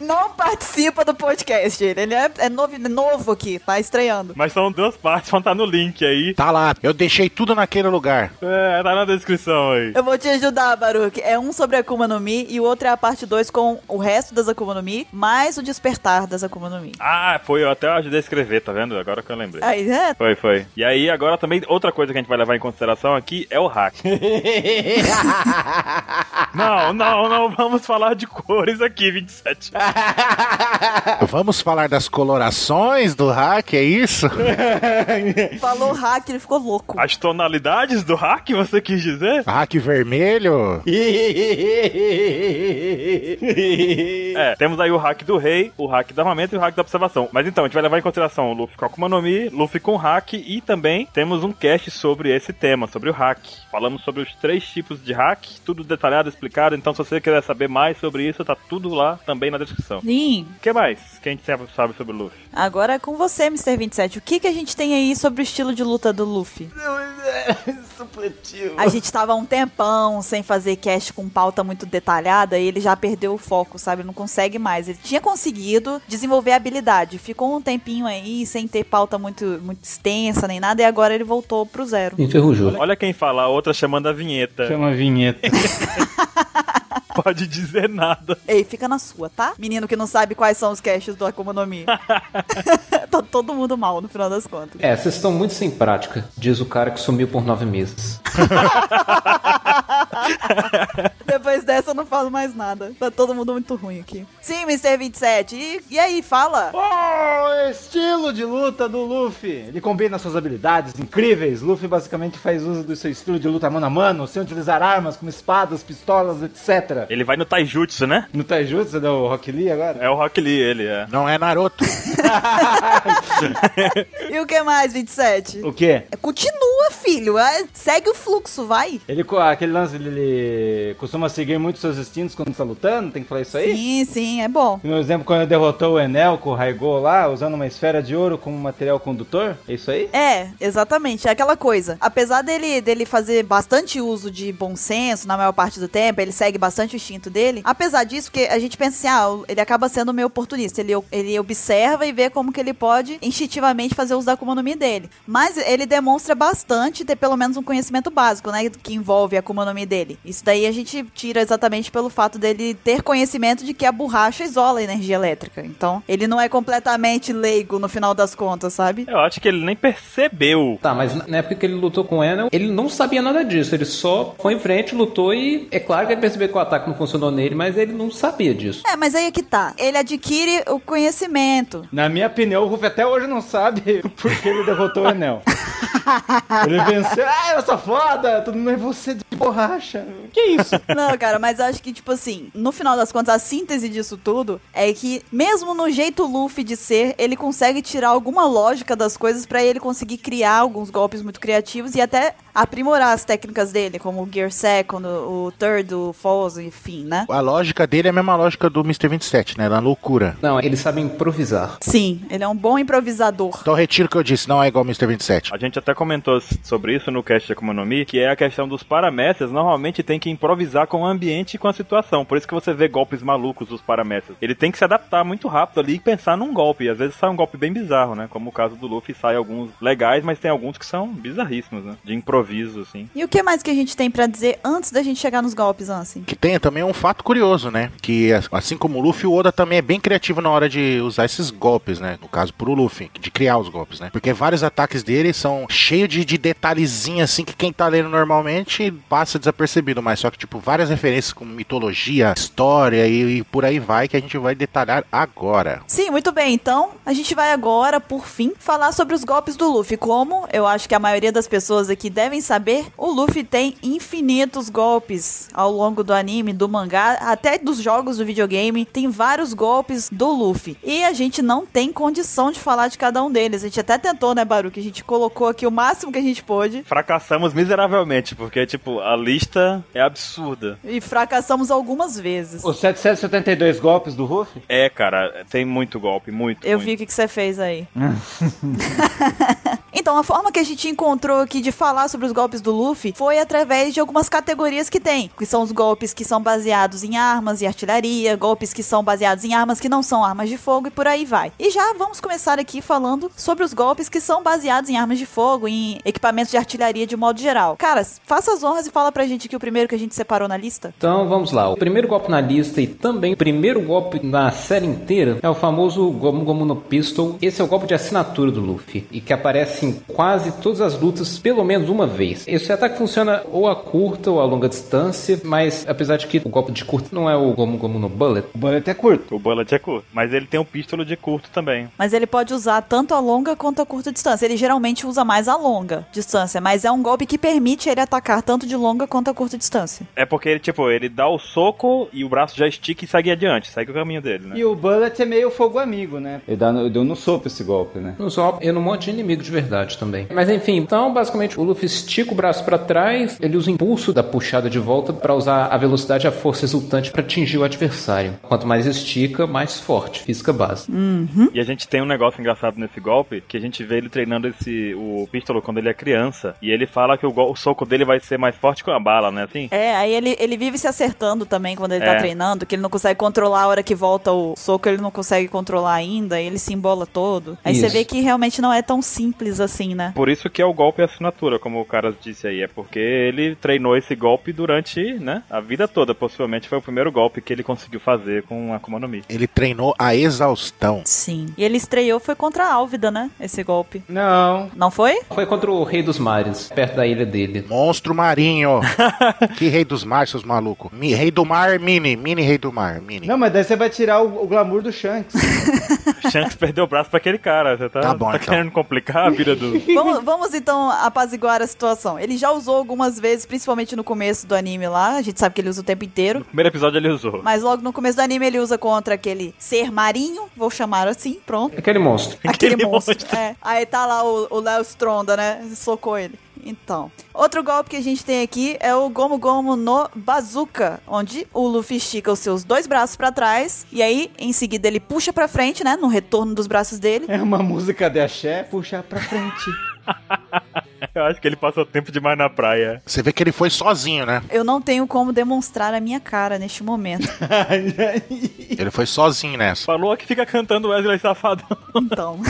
Speaker 2: não participa do podcast. Ele, ele é, é novo, novo aqui, tá estreando.
Speaker 1: Mas são duas partes, vão estar no link aí.
Speaker 3: Tá lá, eu deixei tudo naquele lugar.
Speaker 1: É, tá na descrição aí.
Speaker 2: Eu vou te ajudar, Baruque. É um sobre a Akuma no Mi e o outro é a parte 2 com o resto das Akuma no Mi, mais o despertar das Akuma no Mi.
Speaker 1: Ah, foi, eu até ajudei a escrever, tá vendo? Agora que eu lembrei.
Speaker 2: Aí, né?
Speaker 1: Foi, foi. E aí, agora também, outra coisa que a gente vai levar em consideração aqui é o hack. não, não, não vamos falar de cores aqui, 27.
Speaker 3: Vamos falar das colorações do hack, é isso?
Speaker 2: Falou hack, ele ficou louco.
Speaker 1: As tonalidades do hack, você quis dizer?
Speaker 3: Hack vermelho?
Speaker 1: É, temos aí o hack do rei, o hack do armamento e o hack da observação. Mas então, a gente vai levar em consideração o Luffy com Akuma no Mi, Luffy com hack e também temos um cast sobre esse tema, sobre o hack. Falamos sobre os três tipos de hack, tudo detalhado, explicado. Então, se você quiser saber mais sobre isso, tá tudo lá também na descrição.
Speaker 2: Sim,
Speaker 1: O que mais que a gente sempre sabe sobre o Luffy?
Speaker 2: agora é com você, Mr. 27. O que, que a gente tem aí sobre o estilo de luta do Luffy?
Speaker 5: Supletivo.
Speaker 2: A gente tava há um tempão sem fazer cast com pauta muito detalhada e ele já perdeu o foco, sabe? Ele Não consegue mais. Ele tinha conseguido desenvolver a habilidade. Ficou um tempinho aí sem ter pauta muito, muito extensa nem nada e agora ele voltou pro zero.
Speaker 4: Enferrujou.
Speaker 1: Olha quem fala, a outra chamando a vinheta.
Speaker 5: Chama a vinheta.
Speaker 1: Pode dizer nada.
Speaker 2: Ei, fica na sua, tá? Menino que não sabe quais são os casts do Akuma no Mi. tá todo mundo mal no final das contas.
Speaker 4: É, vocês estão muito sem prática, diz o cara que sumiu por nove meses.
Speaker 2: Depois dessa eu não falo mais nada. Tá todo mundo muito ruim aqui. Sim, Mr. 27. E, e aí, fala?
Speaker 5: Oh, estilo de luta do Luffy. Ele combina suas habilidades incríveis. Luffy basicamente faz uso do seu estilo de luta mano a mano, sem utilizar armas como espadas, pistolas, etc.
Speaker 1: Ele vai no Taijutsu, né?
Speaker 5: No Taijutsu, né, o Rock Lee agora?
Speaker 1: É o Rock Lee, ele é.
Speaker 3: Não é Naruto.
Speaker 2: E o que mais, 27?
Speaker 5: O quê?
Speaker 2: Continua, filho. É, segue o fluxo, vai.
Speaker 5: Ele, co- aquele lance, ele, ele costuma seguir muito seus instintos quando tá lutando? Tem que falar isso aí?
Speaker 2: Sim, sim, é bom.
Speaker 5: No exemplo, quando ele derrotou o Enel com o Raigou lá, usando uma esfera de ouro como material condutor? É isso aí?
Speaker 2: É, exatamente, é aquela coisa. Apesar dele, dele fazer bastante uso de bom senso na maior parte do tempo, ele segue bastante o instinto dele. Apesar disso, porque a gente pensa assim, ah, ele acaba sendo meio oportunista. Ele, ele observa e vê como que ele pode instintivamente fazer uso da Akuma no Mi dele. Mas ele demonstra bastante ter pelo menos um conhecimento básico, né, que envolve a Akuma no Mi dele. Isso daí a gente tira exatamente pelo fato dele ter conhecimento de que a borracha isola a energia elétrica. Então, ele não é completamente leigo no final das contas, sabe?
Speaker 1: Eu acho que ele nem percebeu.
Speaker 4: Tá, mas na época que ele lutou com o Enel, ele não sabia nada disso. Ele só foi em frente, lutou e. É claro que ele percebeu que o ataque não funcionou nele, mas ele não sabia disso.
Speaker 2: É, mas aí é que tá. Ele adquire o conhecimento.
Speaker 5: Na minha opinião, o Ruff até hoje não sabe por que ele derrotou o Enel. Ele venceu, ah, eu sou foda, todo mundo é você de borracha. Que isso?
Speaker 2: Não, cara, mas eu acho que, tipo assim, no final das contas, a síntese disso tudo é que, mesmo no jeito Luffy de ser, ele consegue tirar alguma lógica das coisas pra ele conseguir criar alguns golpes muito criativos e até aprimorar as técnicas dele, como o Gear Second, o Third, o Falls, enfim, né?
Speaker 3: A lógica dele é a mesma lógica do Mr. 27, né? Da loucura.
Speaker 4: Não, ele sabe improvisar.
Speaker 2: Sim, ele é um bom improvisador.
Speaker 3: Então retiro o que eu disse, não é igual ao Mr. 27.
Speaker 1: A gente até comentou s- sobre isso no cast de Akuma no Mi, que é a questão dos paramestres normalmente tem que improvisar com o ambiente e com a situação. Por isso que você vê golpes malucos dos paramestres. Ele tem que se adaptar muito rápido ali e pensar num golpe. E às vezes sai um golpe bem bizarro, né? Como o caso do Luffy, sai alguns legais, mas tem alguns que são bizarríssimos, né? De improviso, assim.
Speaker 2: E o que mais que a gente tem pra dizer antes da gente chegar nos golpes, Ansem?
Speaker 3: Que tem também um fato curioso, né? Que as- assim como o Luffy, o Oda também é bem criativo na hora de usar esses golpes, né? No caso, pro Luffy, de criar os golpes, né? Porque vários ataques dele são cheios de, de detalhezinho, assim, que quem tá lendo normalmente passa desapercebido. Mas só que, tipo, várias referências como mitologia, história e, e por aí vai, que a gente vai detalhar agora.
Speaker 2: Sim, muito bem. Então, a gente vai agora, por fim, falar sobre os golpes do Luffy. Como eu acho que a maioria das pessoas aqui devem saber, o Luffy tem infinitos golpes ao longo do anime, do mangá, até dos jogos do videogame. Tem vários golpes do Luffy. E a gente não tem condição de falar de cada um deles. A gente até tentou, né, Baru? Que a gente colocou aqui o máximo que a gente pôde.
Speaker 1: Fracassamos miseravelmente, porque, tipo, a lista é absurda.
Speaker 2: E fracassamos algumas vezes.
Speaker 5: Os 772 golpes do Ruff?
Speaker 1: É, cara, tem muito golpe, muito.
Speaker 2: Eu
Speaker 1: muito.
Speaker 2: vi o que que você fez aí. então, Então, a forma que a gente encontrou aqui de falar sobre os golpes do Luffy foi através de algumas categorias que tem, que são os golpes que são baseados em armas e artilharia, golpes que são baseados em armas que não são armas de fogo e por aí vai. E já vamos começar aqui falando sobre os golpes que são baseados em armas de fogo, em equipamentos de artilharia de modo geral. Caras, faça as honras e fala pra gente que o primeiro que a gente separou na lista.
Speaker 4: Então vamos lá. O primeiro golpe na lista e também o primeiro golpe na série inteira é o famoso Gomu Gomu no Pistol. Esse é o golpe de assinatura do Luffy e que aparece em quase todas as lutas, pelo menos uma vez. Esse ataque funciona ou a curta ou a longa distância, mas apesar de que o golpe de curta não é o Gomu Gomu no Bullet,
Speaker 5: O bullet é curto.
Speaker 1: O bullet é curto, mas ele tem um pistolo de curto também.
Speaker 2: Mas ele pode usar tanto a longa quanto a curta distância. Ele geralmente usa mais a longa distância, mas é um golpe que permite ele atacar tanto de longa quanto a curta distância.
Speaker 1: É porque ele, tipo, ele dá o soco e o braço já estica e segue adiante, segue o caminho dele, né?
Speaker 5: E o bullet é meio fogo amigo, né? Ele dá no- deu no soco esse golpe, né?
Speaker 4: No Zop e num monte de inimigo de verdade também. Mas enfim, então basicamente o Luffy estica o braço pra trás, ele usa o impulso da puxada de volta pra usar a velocidade e a força resultante pra atingir o adversário. Quanto mais estica, mais forte, física base.
Speaker 1: E a gente tem um negócio engraçado nesse golpe, que a gente vê ele treinando esse o pistolo quando ele é criança, e ele fala que o, gol- o soco dele vai ser mais forte que uma bala, né, assim?
Speaker 2: É, aí ele, ele vive se acertando também quando ele tá
Speaker 1: É.
Speaker 2: treinando, que ele não consegue controlar a hora que volta o soco, ele não consegue controlar ainda, ele se embola todo. Aí você
Speaker 4: Isso.
Speaker 2: vê que realmente não é tão simples assim, né?
Speaker 1: Por isso que é o golpe assinatura, como o cara disse aí, é porque ele treinou esse golpe durante, né, a vida toda, possivelmente foi o primeiro golpe que ele conseguiu fazer com a Akuma no Mi.
Speaker 3: Ele treinou a exaustão.
Speaker 2: Sim. E ele estreou foi contra a Álvida, né? Esse golpe.
Speaker 5: Não.
Speaker 2: Não foi?
Speaker 4: Foi contra o Rei dos Mares, perto da ilha dele.
Speaker 3: Monstro marinho. que rei dos mar, seus malucos. Mi- rei do mar, mini. Mini rei do mar, mini.
Speaker 5: Não, mas daí você vai tirar o, o glamour do Shanks.
Speaker 1: Shanks perdeu o braço pra aquele cara, você tá,
Speaker 3: Tá bom, então.
Speaker 1: querendo complicar a vida do...
Speaker 2: vamos, vamos então apaziguar a situação. Ele já usou algumas vezes, principalmente no começo do anime lá. A gente sabe que ele usa o tempo inteiro.
Speaker 1: Primeiro episódio ele usou.
Speaker 2: Mas logo no começo do anime ele usa contra aquele ser marinho, vou chamar assim, pronto.
Speaker 4: Aquele monstro.
Speaker 2: Aquele,
Speaker 1: Aquele
Speaker 2: monstro. É. Aí tá lá o o Léo Stronda, né? Socou ele. Então, outro golpe que a gente tem aqui é o Gomu Gomu no Bazooka, onde o Luffy estica os seus dois braços pra trás e aí em seguida ele puxa pra frente, né, no retorno dos braços dele.
Speaker 5: É uma música de axé, puxar pra frente.
Speaker 1: Eu acho que ele passou tempo demais na praia.
Speaker 3: Você vê que ele foi sozinho, né?
Speaker 2: Eu não tenho como demonstrar a minha cara neste momento.
Speaker 3: Ele foi sozinho nessa.
Speaker 1: Falou que fica cantando Wesley Safadão.
Speaker 2: Então.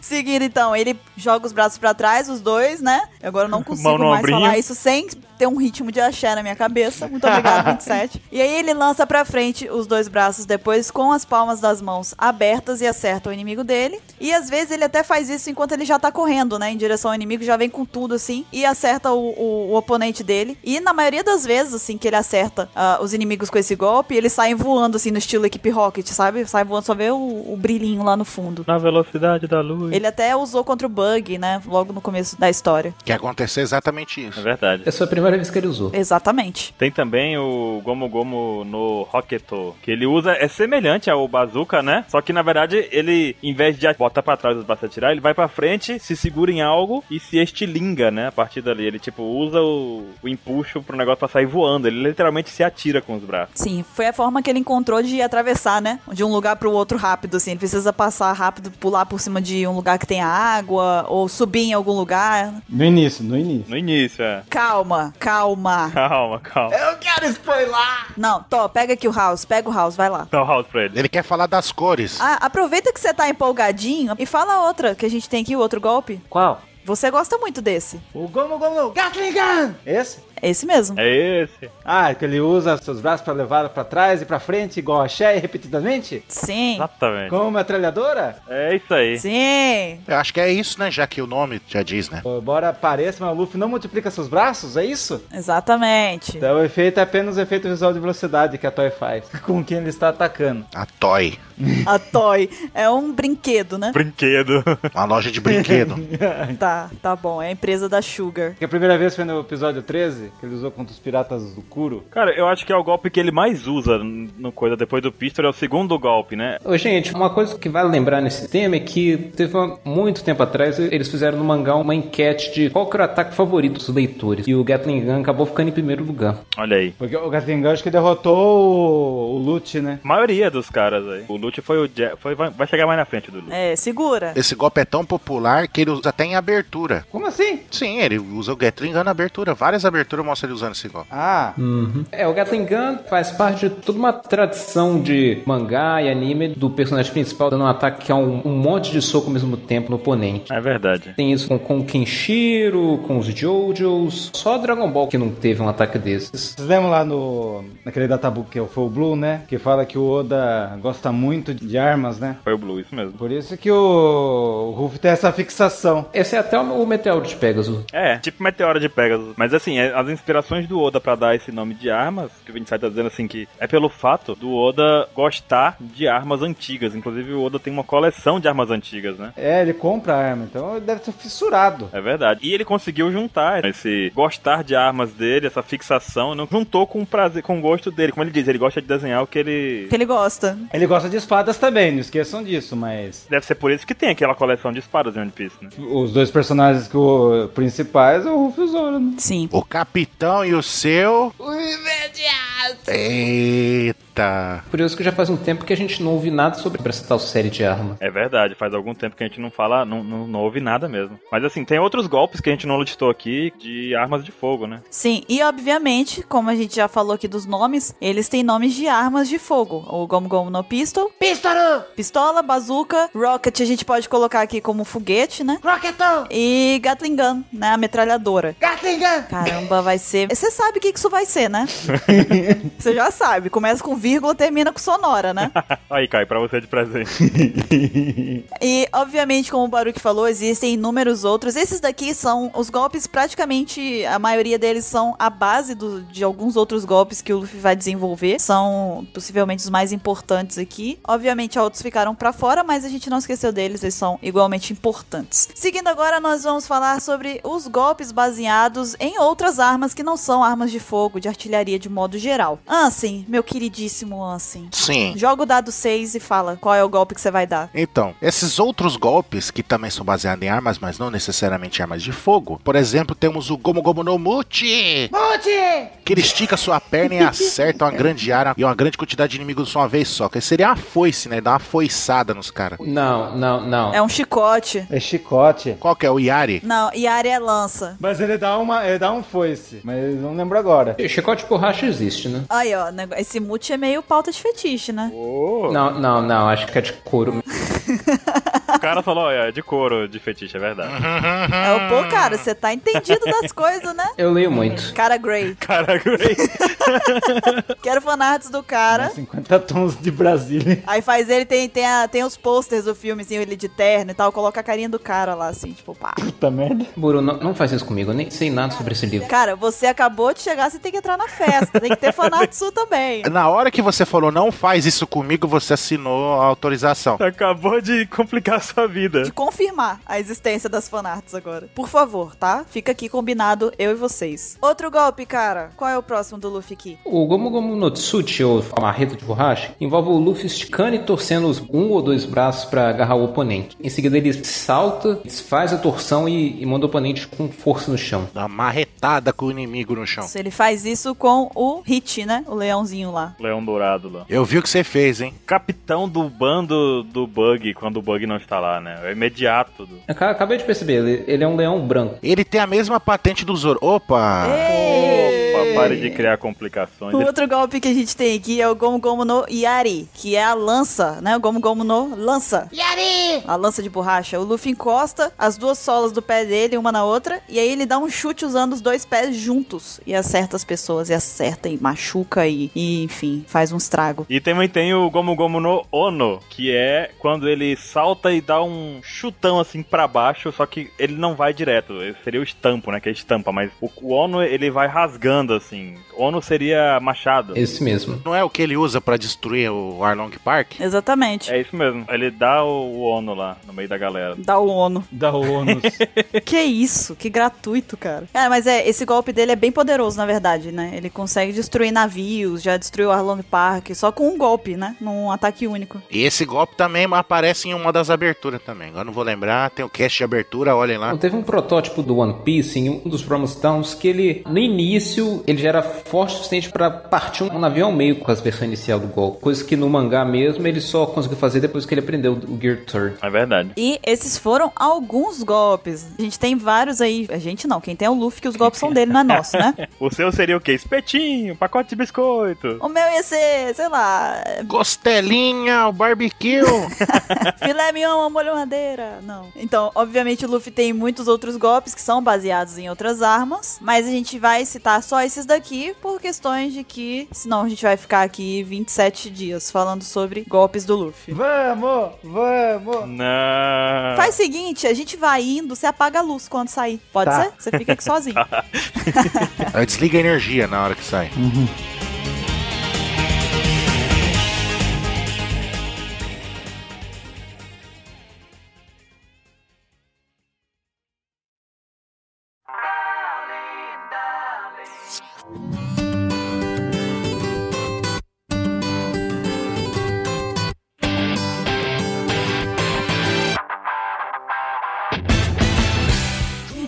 Speaker 2: Seguindo, então, ele joga os braços pra trás, os dois, né? Eu agora não consigo
Speaker 1: Mão no
Speaker 2: mais
Speaker 1: ombrinho.
Speaker 2: falar isso sem ter um ritmo de axé na minha cabeça. Muito obrigado, 27. E aí ele lança pra frente os dois braços depois com as palmas das mãos abertas e acerta o inimigo dele. E às vezes ele até faz isso enquanto ele já tá correndo, né? Em direção ao inimigo, já vem com tudo assim e acerta o, o- o oponente dele. E na maioria das vezes, assim, que ele acerta ah, os inimigos com esse golpe, eles saem voando, assim, no estilo equipe Rocket, sabe? Sai voando, só vê o- o brilhinho lá no fundo.
Speaker 1: Na velocidade da luz.
Speaker 2: Ele até usou contra o Bug, né? Logo no começo da história.
Speaker 3: Que aconteceu exatamente
Speaker 1: É
Speaker 3: isso.
Speaker 1: verdade.
Speaker 4: Essa foi a primeira vez que ele usou.
Speaker 2: Exatamente.
Speaker 1: Tem também o Gomu Gomu no Rocketo, que ele usa, é semelhante ao Bazooka, né? Só que na verdade ele, em vez de botar pra trás os braços e atirar, ele vai pra frente, se segura em algo e se estilinga, né? A partir dali, ele tipo usa o, o empuxo pro negócio pra sair voando. Ele literalmente se atira com os braços.
Speaker 2: Sim, foi a forma que ele encontrou de atravessar, né? De um lugar pro outro rápido, assim. Ele precisa passar rápido, pular por cima de um lugar que tem água, ou subir em algum lugar.
Speaker 5: No início, no início.
Speaker 1: No início, é.
Speaker 2: Calma, calma.
Speaker 1: Calma, calma.
Speaker 5: Eu quero spoiler!
Speaker 2: Não, Tó, pega aqui o House, pega o House, vai lá.
Speaker 1: Dá o house pra ele.
Speaker 3: Ele quer falar das cores.
Speaker 2: Ah, aproveita que você tá empolgadinho e fala outra que a gente tem aqui, o outro golpe.
Speaker 4: Qual?
Speaker 2: Você gosta muito desse.
Speaker 5: O Gomu Gomu Gatling Gun! Esse?
Speaker 2: É esse mesmo.
Speaker 1: É esse.
Speaker 5: Ah, que ele usa seus braços pra levar pra trás e pra frente, igual axé, e repetidamente?
Speaker 2: Sim,
Speaker 1: Exatamente.
Speaker 5: Com uma metralhadora?
Speaker 1: É isso aí.
Speaker 2: sim.
Speaker 3: Eu acho que é isso, né? Já que o nome já diz, né?
Speaker 5: Embora pareça, mas o Luffy não multiplica seus braços, é isso?
Speaker 2: Exatamente.
Speaker 5: Então o efeito é apenas o efeito visual de velocidade que a Toy faz, com quem ele está atacando.
Speaker 3: A Toy.
Speaker 2: A Toy é um brinquedo, né?
Speaker 1: Brinquedo.
Speaker 3: Uma loja de brinquedo.
Speaker 2: Tá, tá bom. É a empresa da Sugar.
Speaker 5: Que a primeira vez foi no episódio 13, 13, que ele usou contra os piratas do Kuro.
Speaker 1: Cara, eu acho que é o golpe que ele mais usa n- no coisa depois do pistol, é o segundo golpe, né?
Speaker 4: Ô, gente, uma coisa que vale lembrar nesse tema é que teve uma- muito tempo atrás eles fizeram no mangá uma enquete de qual que era o ataque favorito dos leitores. E o Gatling Gun acabou ficando em primeiro lugar.
Speaker 1: Olha aí.
Speaker 5: Porque o Gatling acho que derrotou o, o Lute, né?
Speaker 1: A maioria dos caras aí. O Lute foi o Jack. Foi, vai, vai chegar mais na frente do Lute.
Speaker 2: É, segura.
Speaker 3: Esse golpe é tão popular que ele usa até em abertura.
Speaker 5: Como assim?
Speaker 3: Sim, ele usa o Gatling Gun na abertura. Várias aberturas mostram ele usando esse golpe.
Speaker 5: Ah,
Speaker 4: É, o Gatling Gun faz parte de toda uma tradição de mangá e anime do personagem principal dando um ataque que é um, um monte de soco ao mesmo tempo no oponente.
Speaker 1: É verdade.
Speaker 4: Tem isso com, com o Kenshiro, com os Jojos, só Dragon Ball que não teve um ataque desses.
Speaker 5: Vocês lembram lá no. naquele databook que foi o Blue, né? Que fala que o Oda gosta muito de armas, né?
Speaker 1: Foi o Blue, isso mesmo.
Speaker 5: Por isso que o, o Ruff tem essa fixação.
Speaker 4: Esse é até o, o Meteoro de Pegasus.
Speaker 1: É, tipo Meteora de Pegasus. Mas assim, é- as inspirações do Oda pra dar esse nome de armas, que o 27 tá dizendo assim que é pelo fato do Oda gostar de armas antigas. Inclusive o Oda tem uma coleção de armas antigas, né?
Speaker 5: É, ele compra a arma, então ele deve ser fissurado.
Speaker 1: É verdade. E ele conseguiu juntar esse gostar de armas dele, essa fixação, não juntou com o prazer, com o gosto dele. Como ele diz, ele gosta de desenhar o que ele.
Speaker 2: Que ele gosta.
Speaker 5: Ele gosta de espadas também, não esqueçam disso, mas.
Speaker 1: Deve ser por isso que tem aquela coleção de espadas em One Piece, né?
Speaker 5: Os dois personagens que o, principais é o Ruff e o Zoro, né?
Speaker 2: Sim.
Speaker 3: O capitão e o seu. Eita!
Speaker 4: Por isso que já faz um tempo que a gente não ouve nada sobre sobre essa tal série de arma.
Speaker 1: É verdade, faz algum tempo que a gente não fala, não, não, não ouve nada mesmo. Mas assim, tem outros golpes que a gente não listou aqui de armas de fogo, né?
Speaker 2: Sim, e obviamente, como a gente já falou aqui dos nomes, eles têm nomes de armas de fogo. O Gomu Gomu no Pistol. Pistol! Pistola, bazuca, rocket a gente pode colocar aqui como foguete, né? Rocketão! E Gatling Gun, né? A metralhadora. Gatling Gun! Caramba, vai ser... Você sabe o que que isso vai ser, né? Você já sabe. Começa com vírgula, termina com sonora, né?
Speaker 1: Aí, Kai, pra você de presente.
Speaker 2: E, obviamente, como o Baruch falou, existem inúmeros outros. Esses daqui são os golpes, praticamente a maioria deles são a base do- de alguns outros golpes que o Luffy vai desenvolver. São possivelmente os mais importantes aqui. Obviamente, outros ficaram pra fora, mas a gente não esqueceu deles, eles são igualmente importantes. Seguindo agora, nós vamos falar sobre os golpes baseados em outras armas que não são armas de fogo, de artilharia de modo geral. Ansem, meu queridíssimo Ansem.
Speaker 3: Sim.
Speaker 2: Joga o dado 6 e fala qual é o golpe que você vai dar.
Speaker 3: Então, esses outros golpes, que também são baseados em armas, mas não necessariamente armas de fogo. Por exemplo, temos o Gomu Gomu no Muti! Que ele estica sua perna e acerta uma grande área e uma grande quantidade de inimigos de uma vez só. Que seria uma foice, né? Dá uma foiçada nos caras.
Speaker 4: Não, não, não.
Speaker 2: É um chicote.
Speaker 5: É chicote.
Speaker 3: Qual que é? O Yari?
Speaker 2: Não, Yara é lança.
Speaker 5: Mas ele dá uma. ele dá um foice. Mas não lembro agora.
Speaker 4: Chicote de borracha existe, né?
Speaker 2: Aí, ó, nego- esse mute é meio pauta de fetiche, né?
Speaker 4: Não, não, não. Acho que é de couro.
Speaker 1: O cara falou, olha, é de couro, de fetiche, é verdade.
Speaker 2: É o pô, cara, você tá entendido das coisas, né?
Speaker 4: Eu leio muito.
Speaker 2: Cara Grey.
Speaker 1: Cara, Grey.
Speaker 2: Quero fanarts do cara.
Speaker 5: 50 tons de Brasília.
Speaker 2: Aí faz ele, tem, tem, a- tem os posters do filme, assim, ele de terno e tal. Coloca a carinha do cara lá, assim, tipo, pá.
Speaker 5: Puta merda.
Speaker 4: Buru, não, não faz isso comigo. Eu nem sei nada sobre esse livro.
Speaker 2: Cara, você acabou de chegar, você tem que entrar na festa. Tem que ter fanatsu também.
Speaker 3: Na hora que você falou, não faz isso comigo, você assinou a autorização.
Speaker 1: Acabou de complicar a sua vida.
Speaker 2: De confirmar a existência das fanarts agora. Por favor, tá? Fica aqui combinado, eu e vocês. Outro golpe, cara. Qual é o próximo do Luffy aqui?
Speaker 4: O Gomu Gomu no Tsuchi, ou a marreta de borracha, envolve o Luffy esticando e torcendo os um ou dois braços para agarrar o oponente. Em seguida, ele salta, desfaz a torção e, e manda o oponente com força no chão.
Speaker 3: Dá uma marretada com o inimigo no chão.
Speaker 2: Isso, ele faz isso com o Hit, né? O leãozinho lá.
Speaker 1: Leão Dourado lá.
Speaker 3: Eu vi o que você fez, hein?
Speaker 1: Capitão do bando do Bug quando o Bug não está lá, né? É imediato. do-
Speaker 4: Eu ca- acabei de perceber, ele, ele é um leão branco.
Speaker 3: Ele tem a mesma patente do Zoro. Opa!
Speaker 1: Opa, pare de criar complicações.
Speaker 2: O outro golpe que a gente tem aqui é o Gomu Gomu no Yari, que é a lança, né? O Gomu Gomu no lança. Yari! A lança de borracha. O Luffy encosta as duas solas do pé dele, uma na outra, e aí ele dá um chute usando os dois pés juntos. E acerta as pessoas, e acerta, e machuca, e, e, enfim, faz um estrago.
Speaker 1: E também tem o Gomu Gomu no Ono, que é quando ele salta e dá um chutão assim pra baixo, só que ele não vai direto. Seria o estampo, né? Que é estampa, mas o, o Ono ele vai rasgando assim. Ono seria machado.
Speaker 4: Esse mesmo.
Speaker 3: Não é o que ele usa pra destruir o Arlong Park?
Speaker 2: Exatamente.
Speaker 1: É isso mesmo. Ele dá o Ono lá no meio da galera.
Speaker 2: Dá o ONU.
Speaker 5: Da ONU.
Speaker 2: que é isso? Que gratuito, cara. Cara, mas é, esse golpe dele é bem poderoso, na verdade, né? Ele consegue destruir navios, já destruiu Arlong Park, só com um golpe, né? Num ataque único.
Speaker 3: E esse golpe também aparece em uma das aberturas também. Agora não vou lembrar, tem o cast de abertura, olhem lá.
Speaker 4: Bom, Teve um protótipo do One Piece em um dos Promised Towns que ele, no início, ele já era forte o suficiente pra partir um navio ao meio com a versão inicial do golpe. Coisa que no mangá mesmo ele só conseguiu fazer depois que ele aprendeu o Gear Turn.
Speaker 1: É verdade.
Speaker 2: E esses foram alguns golpes. A gente tem vários aí. A gente não, quem tem é o Luffy, que os golpes são dele, não é nosso, né?
Speaker 1: O seu seria o quê? Espetinho, pacote de biscoito.
Speaker 2: O meu ia ser, sei lá,
Speaker 3: Costelinha, o barbecue.
Speaker 2: filé mignon, uma molho madeira. Não. Então, obviamente, o Luffy tem muitos outros golpes que são baseados em outras armas, mas a gente vai citar só esses daqui por questões de que, senão a gente vai ficar aqui 27 dias falando sobre golpes do Luffy.
Speaker 5: vamos, vamos.
Speaker 1: Não.
Speaker 2: Faz o seguinte, a gente vai indo, você apaga a luz quando sair. Pode
Speaker 5: Tá.
Speaker 2: ser? Você fica aqui sozinho.
Speaker 3: Aí Desliga a energia na hora que sai.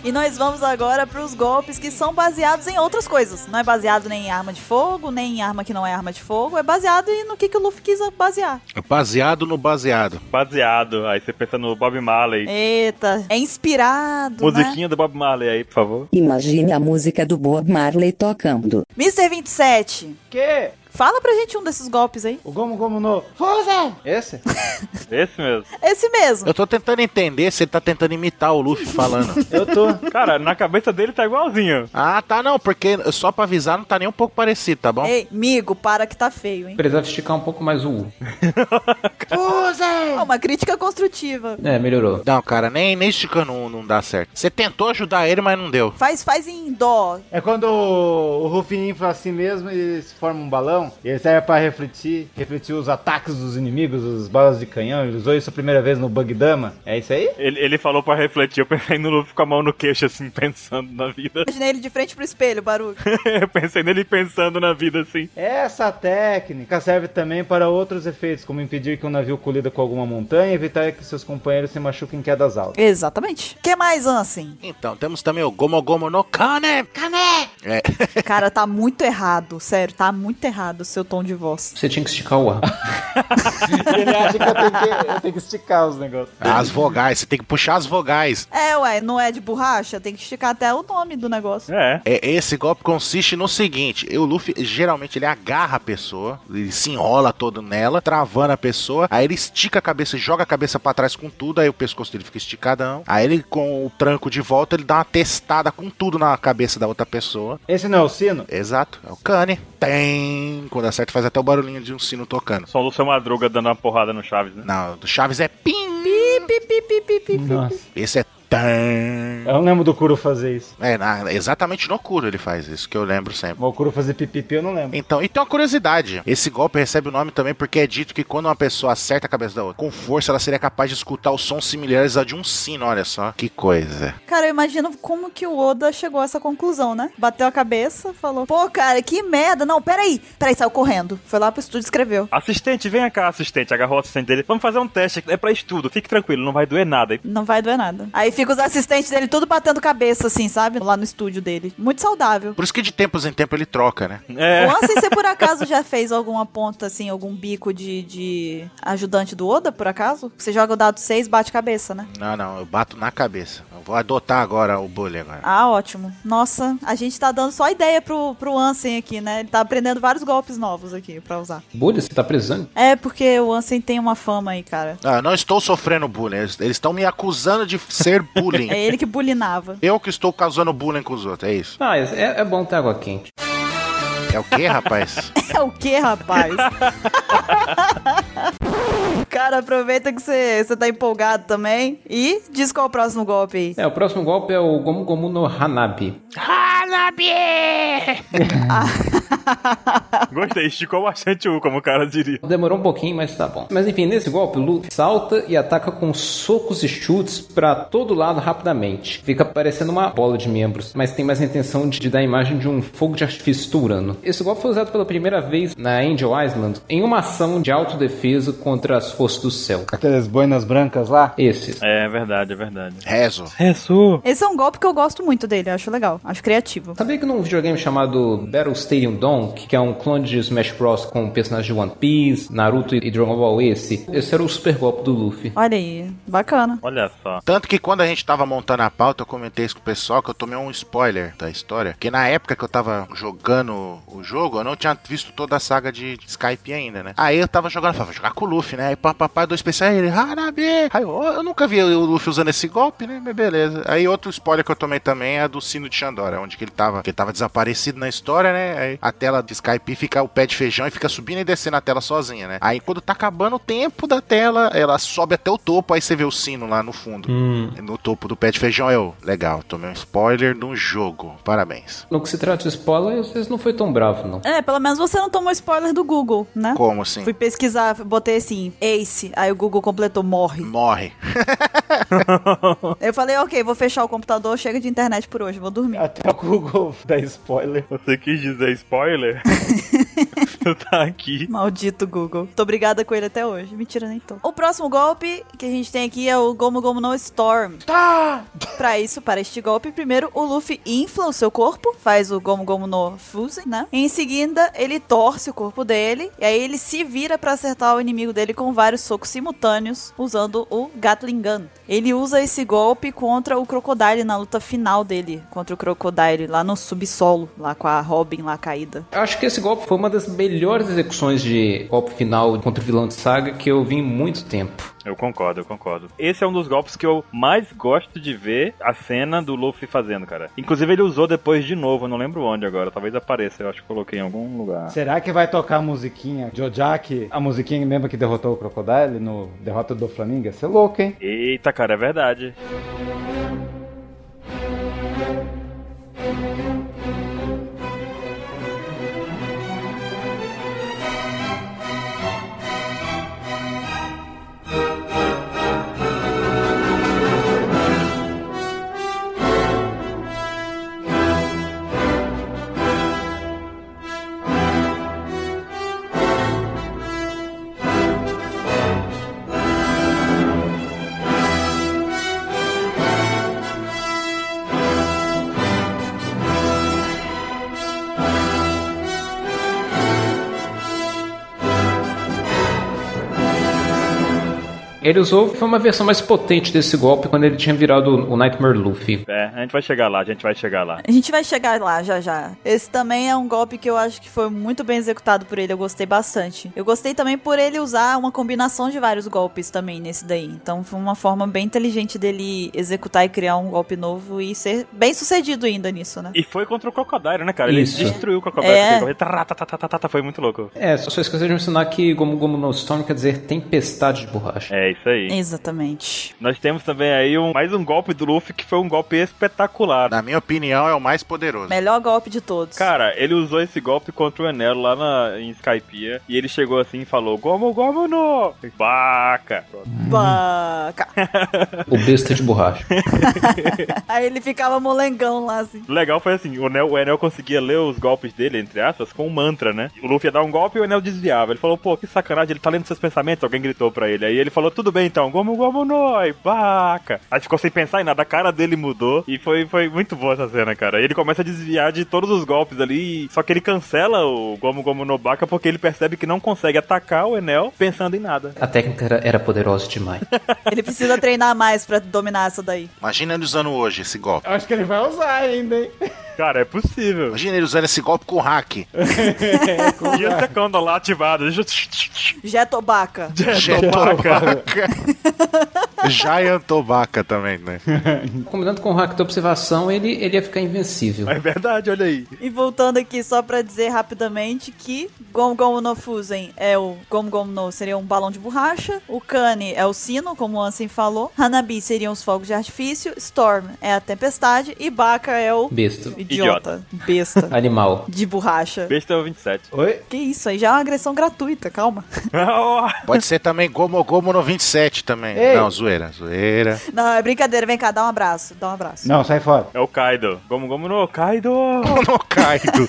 Speaker 2: E nós vamos agora pros golpes que são baseados em outras coisas. Não é baseado nem em arma de fogo, nem em arma que não é arma de fogo. É baseado em- no que, que o Luffy quis basear.
Speaker 3: Baseado no baseado.
Speaker 1: Baseado. Aí você pensa no Bob Marley.
Speaker 2: Eita, é inspirado, né?
Speaker 1: Musiquinha do Bob Marley aí, por favor.
Speaker 7: Imagine a música do Bob Marley tocando.
Speaker 2: Mr. 27,
Speaker 5: Que?
Speaker 2: fala pra gente um desses golpes aí.
Speaker 5: O Gomu Gomu no. Fusa! Esse?
Speaker 1: Esse mesmo.
Speaker 2: Esse mesmo.
Speaker 3: Eu tô tentando entender se ele tá tentando imitar o Luffy falando.
Speaker 5: Eu tô.
Speaker 1: Cara, na cabeça dele tá igualzinho.
Speaker 3: ah, tá não, porque só pra avisar não tá nem um pouco parecido, tá bom?
Speaker 2: Ei, migo, para que tá feio, hein?
Speaker 4: Precisava esticar um pouco mais o U.
Speaker 2: É uma crítica construtiva.
Speaker 4: É, melhorou.
Speaker 3: Não, cara, nem, nem esticando um não dá certo. Você tentou ajudar ele, mas não deu.
Speaker 2: Faz, faz em dó.
Speaker 5: É quando o o Ruffy infla a si mesmo e se forma um balão. E ele serve pra refletir, refletir os ataques dos inimigos, os balas de canhão. Ele usou isso a primeira vez no Bug Dama. É isso aí?
Speaker 1: Ele, ele falou pra refletir, eu pensei no Luffy com a mão no queixo, assim, pensando na vida.
Speaker 2: Imaginei ele de frente pro espelho, barulho.
Speaker 1: eu pensei nele pensando na vida, assim.
Speaker 5: Essa técnica serve também para outros efeitos, como impedir que um navio colida com alguma montanha e evitar que seus companheiros se machuquem em quedas altas.
Speaker 2: Exatamente. O que mais, Ansem?
Speaker 3: Então, temos também o Gomo Gomo no Kane. Kane! É,
Speaker 2: Cara, tá muito errado. Sério, tá muito errado o seu tom de voz.
Speaker 4: Você tinha que esticar o A.
Speaker 5: ele acha que eu tenho que, eu tenho que esticar os negócios.
Speaker 3: as vogais, você tem que puxar as vogais.
Speaker 2: É, ué, não é de borracha? Tem que esticar até o nome do negócio.
Speaker 1: É.
Speaker 3: É, esse golpe consiste no seguinte: o Luffy geralmente ele agarra a pessoa, ele se enrola todo nela, travando a pessoa, aí ele estica a cabeça, joga a cabeça pra trás com tudo, aí o pescoço dele fica esticadão. Aí ele com o tranco de volta, ele dá uma testada com tudo na cabeça da outra pessoa.
Speaker 5: Esse não é o sino?
Speaker 3: Exato, é o Kane. Tem! Quando acerta, faz até o barulhinho de um sino tocando.
Speaker 1: Só o Lúcio Madruga dando uma porrada no Chaves, né?
Speaker 3: Não, do Chaves é pim! pim, pim, pim, pim, pim, pim.
Speaker 5: Nossa.
Speaker 3: Esse é tan.
Speaker 5: Eu não lembro do Kuro fazer isso.
Speaker 3: É, na- exatamente no Kuro ele faz isso, que eu lembro sempre.
Speaker 5: Mas o Kuro fazer pipipi eu não lembro.
Speaker 3: Então, e tem uma curiosidade: esse golpe recebe o nome também porque é dito que quando uma pessoa acerta a cabeça da outra com força, ela seria capaz de escutar os sons similares a de um sino. Olha só que coisa.
Speaker 2: Cara, eu imagino como que o Oda chegou a essa conclusão, né? Bateu a cabeça, falou: Pô, cara, que merda. Não, peraí. Peraí, saiu correndo. Foi lá pro estúdio e escreveu.
Speaker 1: Assistente, venha cá, assistente. Agarrou o assistente dele. Vamos fazer um teste, é pra estudo. Fique tranquilo, não vai doer nada. E
Speaker 2: Não vai doer nada. Aí fica os assistentes dele tudo batendo cabeça, assim, sabe? Lá no estúdio dele. Muito saudável.
Speaker 3: Por isso que de tempos em tempo ele troca, né?
Speaker 1: É.
Speaker 2: O Ansem, você por acaso já fez alguma ponta, assim, algum bico de, de ajudante do Oda, por acaso? Você joga o dado 6, bate cabeça, né?
Speaker 3: Não, não, eu bato na cabeça. Eu vou adotar agora o bullying agora.
Speaker 2: Ah, ótimo. Nossa, a gente tá dando só ideia pro, pro Ansem aqui, né? Ele tá aprendendo vários golpes novos aqui pra usar.
Speaker 4: Bolha, você tá precisando?
Speaker 2: É, porque o Ansem tem uma fama aí, cara.
Speaker 3: Ah, eu não estou sofrendo bullying. Eles eles estão me acusando de ser bullying.
Speaker 2: É ele que bulinava.
Speaker 3: Eu que estou causando bullying com os outros, é isso.
Speaker 4: Ah, é, é bom ter água quente.
Speaker 3: É o quê, rapaz?
Speaker 2: É o que, rapaz? Cara, aproveita que você você tá empolgado também. E diz qual é o próximo golpe aí.
Speaker 4: É, o próximo golpe é o Gomu Gomu no Hanabi.
Speaker 3: ah,
Speaker 8: Watanabe!
Speaker 1: Gostei, esticou bastante o, como o cara diria.
Speaker 4: Demorou um pouquinho, mas tá bom. Mas enfim, nesse golpe, o Luffy salta e ataca com socos e chutes pra todo lado rapidamente. Fica parecendo uma bola de membros, mas tem mais a intenção de dar a imagem de um fogo de artifício tourano. Esse golpe foi usado pela primeira vez na Angel Island em uma ação de autodefesa contra as forças do céu.
Speaker 5: Aquelas boinas brancas lá.
Speaker 4: Esse.
Speaker 1: É verdade, é verdade.
Speaker 3: Rezo.
Speaker 1: Resu.
Speaker 2: Esse é um golpe que eu gosto muito dele, eu acho legal, acho criativo.
Speaker 4: Sabia que num videogame chamado Battle Stadium Donk, que é um clone de Smash Bros com personagens de One Piece, Naruto e Dragon Ball esse, esse era o super golpe do Luffy.
Speaker 2: Olha aí, bacana.
Speaker 1: Olha só.
Speaker 3: Tanto que quando a gente tava montando a pauta, eu comentei isso com o pessoal que eu tomei um spoiler da história. Porque na época que eu tava jogando o jogo, eu não tinha visto toda a saga de Skype ainda, né? Aí eu tava jogando, eu falei, vou jogar com o Luffy, né? Aí papai dois especiais, ele, Hanabi! Aí eu, "Ó, eu nunca vi o Luffy usando esse golpe, né? Mas beleza. Aí outro spoiler que eu tomei também é a do sino de Xandora, onde que ele tava, que ele tava desaparecido na história, né? Aí a tela de Skype fica o pé de feijão e fica subindo e descendo a tela sozinha, né? Aí quando tá acabando o tempo da tela, ela sobe até o topo, aí você vê o sino lá no fundo. No topo do pé de feijão eu. Legal, tomei um spoiler de um jogo. Parabéns.
Speaker 4: No que se trata de spoiler, às vezes não foi tão bravo, não.
Speaker 2: É, pelo menos você não tomou spoiler do Google, né?
Speaker 3: Como assim?
Speaker 2: Fui pesquisar, botei assim, Ace, aí o Google completou, morre.
Speaker 3: Morre.
Speaker 2: Eu falei, ok, vou fechar o computador, chega de internet por hoje, vou dormir.
Speaker 5: Até o Google dá spoiler.
Speaker 1: Você quis dizer spoiler? Você tá aqui.
Speaker 2: Maldito Google. Tô brigada com ele até hoje. Mentira, nem tô. O próximo golpe que a gente tem aqui é o Gomu Gomu no Storm.
Speaker 5: Tá!
Speaker 2: Pra isso, para este golpe, primeiro o Luffy infla o seu corpo, faz o Gomu Gomu no Fusen, né? Em seguida, ele torce o corpo dele, e aí ele se vira pra acertar o inimigo dele com vários socos simultâneos, usando o Gatling Gun. Ele usa esse golpe contra o Crocodile na luta final dele, contra o Crocodile lá no subsolo, lá com a Robin lá caída.
Speaker 4: Eu acho que esse golpe foi uma das melhores execuções de golpe final contra o vilão de saga que eu vi em muito tempo.
Speaker 1: Eu concordo, eu concordo. Esse é um dos golpes que eu mais gosto de ver a cena do Luffy fazendo, cara. Inclusive, ele usou depois de novo, eu não lembro onde agora. Talvez apareça, eu acho que coloquei em algum lugar.
Speaker 5: Será que vai tocar a musiquinha Jojak? A musiquinha mesmo que derrotou o Crocodile no Derrota do Flamingo? Ia ser louco, hein?
Speaker 1: Eita, cara, é verdade.
Speaker 4: Ele usou, foi uma versão mais potente desse golpe quando ele tinha virado o Nightmare Luffy.
Speaker 1: É, a gente vai chegar lá, a gente vai chegar lá.
Speaker 2: A gente vai chegar lá já já. Esse também é um golpe que eu acho que foi muito bem executado por ele, eu gostei bastante. Eu gostei também por ele usar uma combinação de vários golpes também nesse daí. Então foi uma forma bem inteligente dele executar e criar um golpe novo e ser bem sucedido ainda nisso, né?
Speaker 1: E foi contra o Crocodile, né, cara? Ele
Speaker 4: Isso.
Speaker 1: destruiu o Crocodile.
Speaker 2: É.
Speaker 1: porque ele- tá, tá, tá, tá, tá, tá, Foi muito louco.
Speaker 4: É, só só esqueceu de mencionar que Gomu Gomu no Storm quer dizer tempestade de borracha.
Speaker 1: É isso aí.
Speaker 2: Exatamente.
Speaker 1: Nós temos também aí um- mais um golpe do Luffy que foi um golpe espetacular.
Speaker 3: Na minha opinião, é o mais poderoso.
Speaker 2: Melhor golpe de todos.
Speaker 1: Cara, ele usou esse golpe contra o Enelo lá na, em Skypiea e ele chegou assim e falou: Gomo, Gomo no! Baca!
Speaker 2: Uhum. Baca.
Speaker 4: O besta de borracha.
Speaker 2: Aí ele ficava molengão lá, assim.
Speaker 1: O legal foi assim: o Enel, o Enel conseguia ler os golpes dele, entre aspas, com um mantra, né? O Luffy ia dar um golpe e o Enel desviava. Ele falou: pô, que sacanagem, ele tá lendo seus pensamentos. Alguém gritou pra ele. Aí ele falou: tudo bem então, Gomo, Gomo no! Baca! Aí ficou sem pensar em nada, a cara dele mudou e foi, foi muito boa essa cena, cara. Ele começa a desviar de todos os golpes ali, só que ele cancela o Gomu Gomu no Baca porque ele percebe que não consegue atacar o Enel pensando em nada.
Speaker 4: A técnica era, era poderosa demais.
Speaker 2: Ele precisa treinar mais pra dominar essa daí.
Speaker 3: Imagina ele usando hoje esse golpe.
Speaker 5: Eu acho que ele vai usar ainda, hein?
Speaker 1: Cara, é possível.
Speaker 3: Imagina ele usando esse golpe com hack.
Speaker 1: E a segunda lá ativada.
Speaker 2: Jetobaca.
Speaker 1: É,
Speaker 3: Jetobaca. Giant Tobacca é também, né?
Speaker 4: Combinando com o hack da observação, ele, ele ia ficar invencível.
Speaker 1: É verdade, olha aí.
Speaker 2: E voltando aqui só pra dizer rapidamente que Gom Gom no Fusen é o Gom Gom no seria um balão de borracha, o Kane é o sino, como o Ansem falou, Hanabi seriam os fogos de artifício, Storm é a tempestade e Baka é o
Speaker 4: Besta.
Speaker 2: Idiota. Besta.
Speaker 4: Animal.
Speaker 2: de borracha.
Speaker 1: Besta é o 27.
Speaker 5: Oi?
Speaker 2: Que isso aí, já é uma agressão gratuita, calma.
Speaker 3: Pode ser também Gomo Gomo no 27 também.
Speaker 5: Ei.
Speaker 3: Não, zoeira, zoeira.
Speaker 2: Não, é brincadeira, vem cá, dá um abraço, dá um abraço.
Speaker 5: Não, sai fora.
Speaker 1: é o Kaido. Gomu Gomu no Kaido.
Speaker 3: Gono Kaido.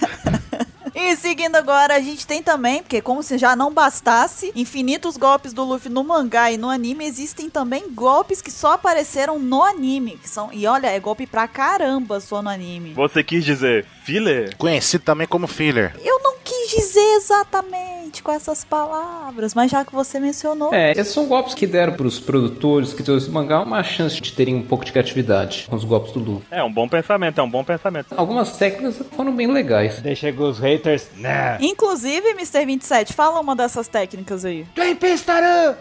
Speaker 2: E seguindo agora, a gente tem também, porque como se já não bastasse, infinitos golpes do Luffy no mangá e no anime, existem também golpes que só apareceram no anime. Que são, e olha, é golpe pra caramba só no anime.
Speaker 1: Você quis dizer filler?
Speaker 3: Conhecido também como filler.
Speaker 2: Eu não quis dizer exatamente com essas palavras, mas já que você mencionou.
Speaker 4: É, esses são golpes que deram pros produtores, escritores do mangá, uma chance de terem um pouco de criatividade com os golpes do Luffy.
Speaker 1: É um bom pensamento, é um bom pensamento.
Speaker 4: Algumas técnicas foram bem legais.
Speaker 5: Daí chegam os haters. Né?
Speaker 2: Inclusive, Mr. 27, fala uma dessas técnicas aí.
Speaker 5: Twin Pistaru!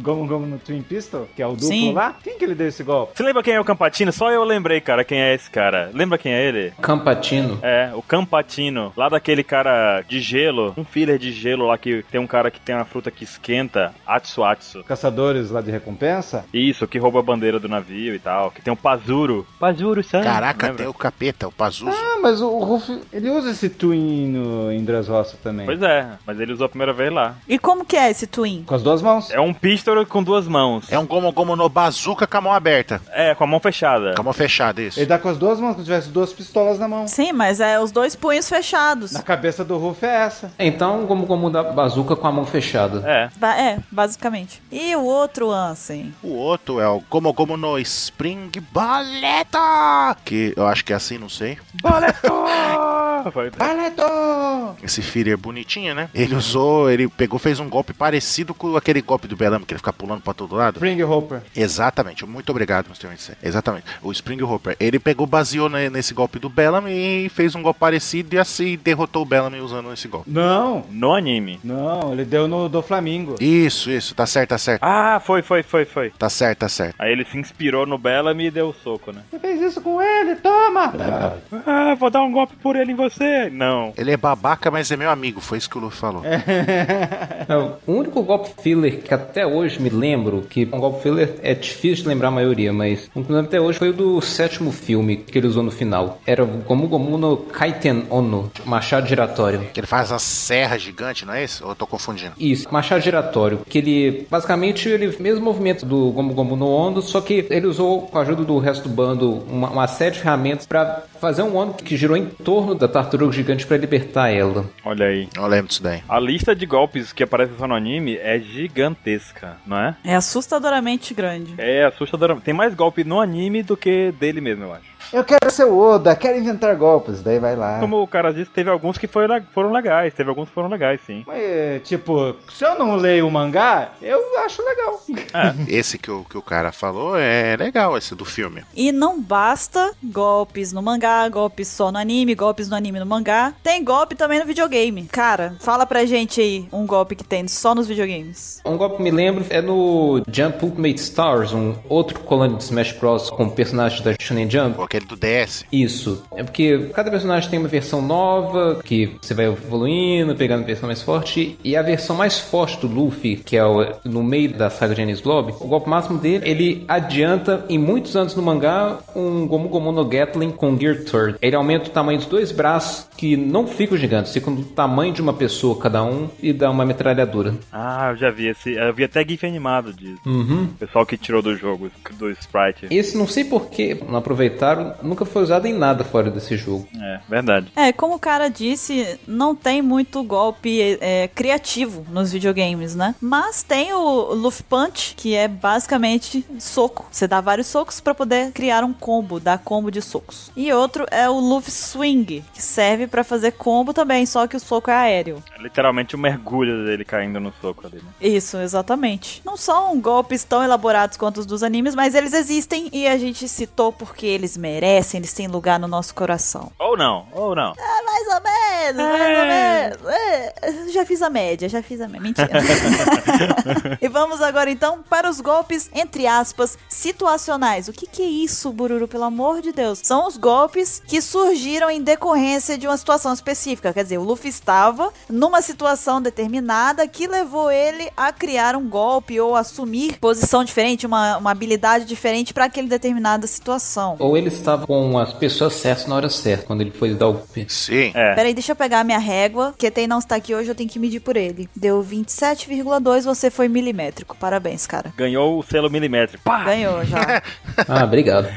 Speaker 5: Gomu Gomu no Twin Pistol, que é o duplo
Speaker 2: Sim.
Speaker 5: lá. Quem que ele deu esse golpe?
Speaker 1: Você lembra quem é o Campatino? Só eu lembrei, cara, quem é esse cara. Lembra quem é ele?
Speaker 4: Campatino.
Speaker 1: É, o Campatino, lá daquele cara de gelo, um filler de gelo lá que tem um cara que tem uma fruta que esquenta, Atsu Atsu.
Speaker 5: Caçadores lá de recompensa?
Speaker 1: Isso, que rouba a bandeira do navio e tal, que tem um Pazuro. Pazuro, sabe?
Speaker 3: Caraca,
Speaker 1: Hum, Lembra?
Speaker 3: tem um- o capeta, o Pazuzu.
Speaker 5: Ah, mas o o Ruff, ele usa esse Twin no, em Dressrosa também.
Speaker 1: Pois é, mas ele usou a primeira vez lá.
Speaker 2: E como que é esse twin?
Speaker 5: Com as duas mãos.
Speaker 1: É um pistol com duas mãos.
Speaker 3: É um Gomo Gomo no bazuca com a mão aberta.
Speaker 1: É, com a mão fechada.
Speaker 3: Com a mão fechada, isso.
Speaker 5: Ele dá com as duas mãos, como se tivesse duas pistolas na mão.
Speaker 2: Sim, mas é os dois punhos fechados.
Speaker 5: Na cabeça do Ruff é essa.
Speaker 4: Então, como como da bazuca com a mão fechada.
Speaker 1: É.
Speaker 2: Ba- É, basicamente. E o outro Ansem?
Speaker 3: O outro é o Gomo Gomo no Spring Baleta. Que eu acho que é assim, não sei.
Speaker 1: Boleto! Ah, Foi-
Speaker 3: Ah.
Speaker 5: Paleto!
Speaker 3: Esse filler bonitinho, né? Ele usou, ele pegou, fez um golpe parecido com aquele golpe do Belame, que ele fica pulando pra todo lado.
Speaker 5: Spring Hopper.
Speaker 3: Exatamente, muito obrigado, Mr. 27. Exatamente. O Spring Hopper, ele pegou, baseou ne- nesse golpe do Bellamy e fez um golpe parecido e assim derrotou o Bellamy usando esse golpe.
Speaker 5: Não,
Speaker 1: No anime.
Speaker 5: não, ele deu no do Flamingo.
Speaker 3: Isso, isso, tá certo, tá certo.
Speaker 1: Ah, foi, foi, foi, foi.
Speaker 3: Tá certo, tá certo.
Speaker 1: Aí ele se inspirou no Bellamy e deu o soco, né?
Speaker 5: Você fez isso com ele, toma!
Speaker 1: Ah, vou dar um golpe por ele em você. Não.
Speaker 3: Ele é babaca, mas é meu amigo, foi isso que o Luffy falou.
Speaker 4: É, o único golpe filler que até hoje me lembro, que um golpe filler é difícil de lembrar a maioria, mas um que eu lembro até hoje foi o do sétimo filme que ele usou no final. Era o Gomu Gomu no Kaiten Ono, machado giratório.
Speaker 3: Que ele faz a serra gigante, não é isso? Ou eu tô confundindo?
Speaker 4: Isso, machado giratório, que ele basicamente ele mesmo movimento do Gomu Gomu no Ondo, só que ele usou com a ajuda do resto do bando uma, uma série de ferramentas pra fazer um Ondo que girou em torno da tartaruga gigante pra libertar ela.
Speaker 1: Olha aí.
Speaker 3: Não lembro disso daí.
Speaker 1: A lista de golpes que aparece só no anime é gigantesca, não é?
Speaker 2: É assustadoramente grande.
Speaker 1: É assustador. Tem mais golpe no anime do que dele mesmo, eu acho.
Speaker 5: Eu quero ser o Oda, quero inventar golpes, daí vai lá.
Speaker 1: Como o cara disse, teve alguns que foi- foram legais. Teve alguns que foram legais, sim.
Speaker 5: Mas, é, tipo, se eu não leio o mangá, eu acho legal.
Speaker 3: Esse que o, que o cara falou é legal, esse do filme.
Speaker 2: E não basta golpes no mangá, golpes só no anime, golpes no anime e no mangá. Tem golpe também no videogame. Cara, fala pra gente aí um golpe que tem só nos videogames.
Speaker 4: Um golpe que me lembro é no Jump Ultimate Stars, um outro clone de Smash Bros com personagens da Shonen Jump.
Speaker 3: Ou aquele do DS.
Speaker 4: Isso, é porque cada personagem tem uma versão nova, que você vai evoluindo, pegando a versão mais forte, e a versão mais forte do Luffy, que é o, no meio da saga de Enies Lobby, o golpe máximo dele, ele adianta em muitos anos no mangá um Gomu Gomu no Gatling com Gear Third. Ele aumenta o tamanho dos dois braços, que não ficam gigantes, ficam do tamanho de uma pessoa cada um, e dá uma metralhadora.
Speaker 1: Ah, eu já vi esse. Eu vi até GIF animado disso. O pessoal que tirou do jogo, do Sprite.
Speaker 4: Esse não sei porquê, não aproveitaram, nunca foi usado em nada fora desse jogo.
Speaker 1: É, verdade.
Speaker 2: É, como o cara disse, não tem muito golpe é, criativo nos videogames, né? Mas tem o Luffy Punch, que é basicamente soco. Você dá vários socos pra poder criar um combo, dar combo de socos. E outro é o Luffy Swing, que serve pra fazer combo também, só que o soco é aéreo.
Speaker 1: É Literalmente o mergulho dele caindo no soco ali, né?
Speaker 2: Isso, exatamente. Não são golpes tão elaborados quanto os dos animes, mas eles existem e a gente citou porque eles merecem, eles têm lugar no nosso coração.
Speaker 1: Ou não, ou não.
Speaker 2: Mais ou menos, mais ou
Speaker 1: É.
Speaker 2: menos. É, já fiz a média, já fiz a média. Mentira. e vamos agora então para os golpes, entre aspas, situacionais. O que, que é isso, Bururu? Pelo amor de Deus. São os golpes que surgiram em decorrência de uma situação específica. Quer dizer, o Luffy estava numa situação determinada que levou ele a criar um golpe ou assumir posição diferente, uma, uma habilidade diferente para aquele determinada situação.
Speaker 4: Ou ele estava com as pessoas certas na hora certa, quando ele foi dar o golpe.
Speaker 3: Sim.
Speaker 1: É.
Speaker 2: Peraí, deixa eu pegar a minha régua. Que tem não está aqui hoje, eu tenho que medir por ele. Deu 27,2, você foi milimétrico. Parabéns, cara.
Speaker 1: Ganhou o selo milimétrico. Pá!
Speaker 2: Ganhou já.
Speaker 4: Ah, obrigado.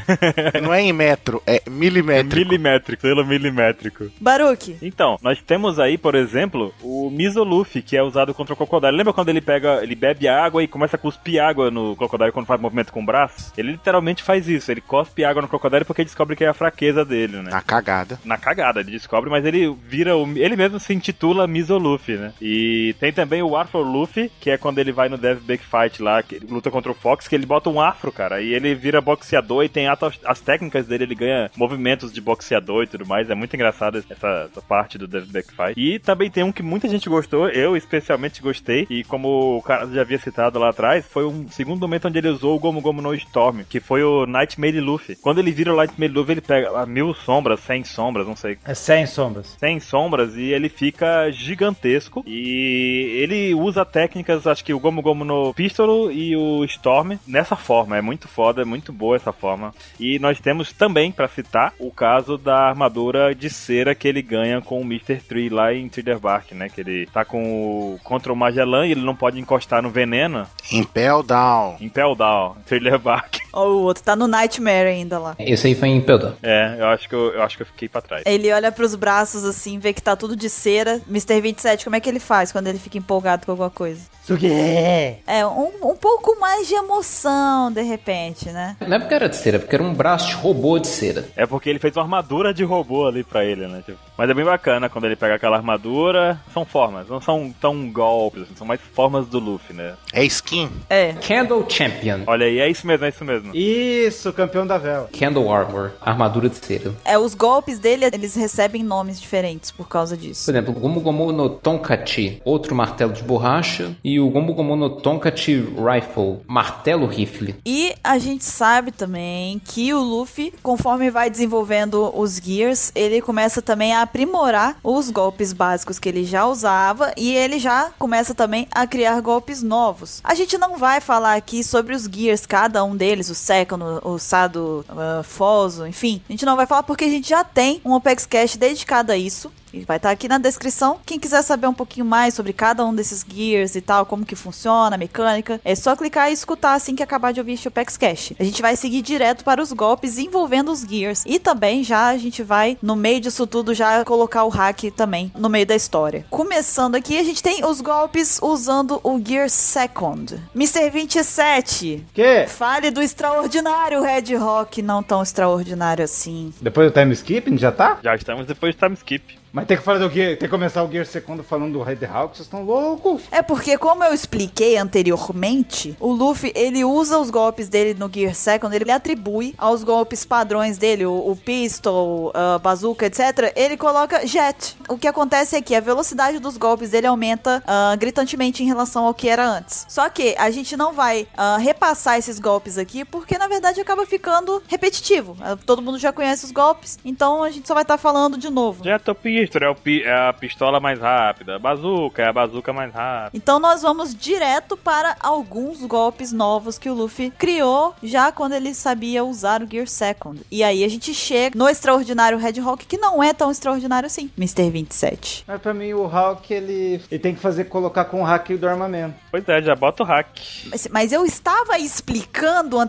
Speaker 3: Não é em metro, é milimétrico.
Speaker 1: Milimétrico, selo milimétrico.
Speaker 2: Baruque,
Speaker 1: Então, nós temos aí, por exemplo, o Misoluf, que é usado contra o Crocodile. Lembra quando ele pega, ele bebe água e começa a cuspir água no Crocodile quando faz movimento com o braço? Ele literalmente faz isso, ele cospe água no Crocodile porque descobre que é a fraqueza dele, né?
Speaker 3: Na cagada.
Speaker 1: Na cagada, ele descobre, mas ele vira o. Ele mesmo se intitula Misoluf, né? E tem também o Afro Luffy, que é quando ele vai no Death Big Fight lá, que ele luta contra o Fox, que ele bota um afro, cara. E ele vira boxeador e tem ato- as técnicas dele, ele ganha movimentos de boxeador e tudo mais. É muito engraçado essa, essa parte do Death Big Fight. E também tem um que muita gente gostou, eu especialmente gostei. E como o cara já havia citado lá atrás, foi um segundo momento onde ele usou o Gomu Gomu no Storm, que foi o Nightmare Luffy. Quando ele vira o Nightmare Luffy, ele pega lá mil sombras, cem sombras, não sei
Speaker 5: É sem sombras.
Speaker 1: sem sombras e ele fica gigantesco. E ele usa técnicas, acho que o Gomu Gomu no Pistolo e o Storm nessa forma. É muito foda, é muito boa essa forma. E nós temos também, pra citar, o caso da armadura de cera que ele ganha com o Mr. Tree lá em Thriller Bark, né? Que ele tá com o contra o Magellan e ele não pode encostar no veneno.
Speaker 3: Impel down.
Speaker 1: Em Pell Down, Thriller Bark.
Speaker 2: ó, o outro tá no Nightmare ainda lá.
Speaker 4: Esse aí foi em Pedro.
Speaker 1: É, eu acho que eu, eu acho que eu fiquei pra trás.
Speaker 2: Ele olha pros braços assim, vê que tá tudo de cera. Mr. 27, como é que ele faz quando ele fica empolgado com alguma coisa?
Speaker 5: Suguê!
Speaker 2: É, um, um pouco mais de emoção, de repente, né?
Speaker 4: Não é porque era de cera, porque era um braço de robô de cera.
Speaker 1: É porque ele fez uma armadura de robô ali pra ele, né? Tipo, mas é bem bacana quando ele pega aquela armadura. São formas, não são tão golpes, assim, são mais formas do Luffy, né?
Speaker 3: É skin.
Speaker 2: É.
Speaker 4: Candle Champion.
Speaker 1: Olha aí, é isso mesmo, é isso mesmo.
Speaker 5: Isso, campeão da vela.
Speaker 4: Candle Armor. Armadura de cera.
Speaker 2: É, os golpes dele, eles recebem nomes diferentes por causa
Speaker 4: Por
Speaker 2: disso.
Speaker 4: exemplo, o Gomu Gomu no Tonkati, outro martelo de borracha, e o Gomu Gomu no Tonkati Rifle, martelo rifle.
Speaker 2: E a gente sabe também que o Luffy, conforme vai desenvolvendo os Gears, ele começa também a aprimorar os golpes básicos que ele já usava e ele já começa também a criar golpes novos. A gente não vai falar aqui sobre os Gears, cada um deles, o Second, o Sado, uh, Foso, enfim. A gente não vai falar porque a gente já tem um Opex Cash dedicado a isso. E vai estar aqui na descrição. Quem quiser saber um pouquinho mais sobre cada um desses gears e tal, como que funciona, a mecânica, é só clicar e escutar assim que acabar de ouvir este Opex Cash. A gente vai seguir direto para os golpes envolvendo os gears. E também já a gente vai, no meio disso tudo, já colocar o hack também no meio da história. Começando aqui, a gente tem os golpes usando o Gear Second. Mr. 27,
Speaker 5: Que?
Speaker 2: fale do extraordinário Red Rock, não tão extraordinário assim.
Speaker 5: Depois do time skipping, já tá?
Speaker 1: Já estamos depois do time skip.
Speaker 5: Mas tem que falar do Gear, tem que começar o Gear segundo falando do Red Hawk, vocês estão loucos?
Speaker 2: É porque, como eu expliquei anteriormente, o Luffy, ele usa os golpes dele no Gear Second, ele atribui aos golpes padrões dele, o, o pistol, a bazooka, etc. Ele coloca jet. O que acontece é que a velocidade dos golpes dele aumenta ah, gritantemente em relação ao que era antes. Só que a gente não vai ah, repassar esses golpes aqui, porque na verdade acaba ficando repetitivo. Ah, todo mundo já conhece os golpes, então a gente só vai estar falando de novo.
Speaker 1: Jet Pistol é, o pi- é a pistola mais rápida. Bazooka é a bazuca mais rápida.
Speaker 2: Então nós vamos direto para alguns golpes novos que o Luffy criou já quando ele sabia usar o Gear Second. E aí a gente chega no extraordinário Red Rock, que não é tão extraordinário assim, Mr. 27.
Speaker 5: Mas pra mim o Hawk, ele, ele tem que fazer colocar com o hack do armamento.
Speaker 1: Pois é, já bota o hack.
Speaker 2: Mas, mas eu estava explicando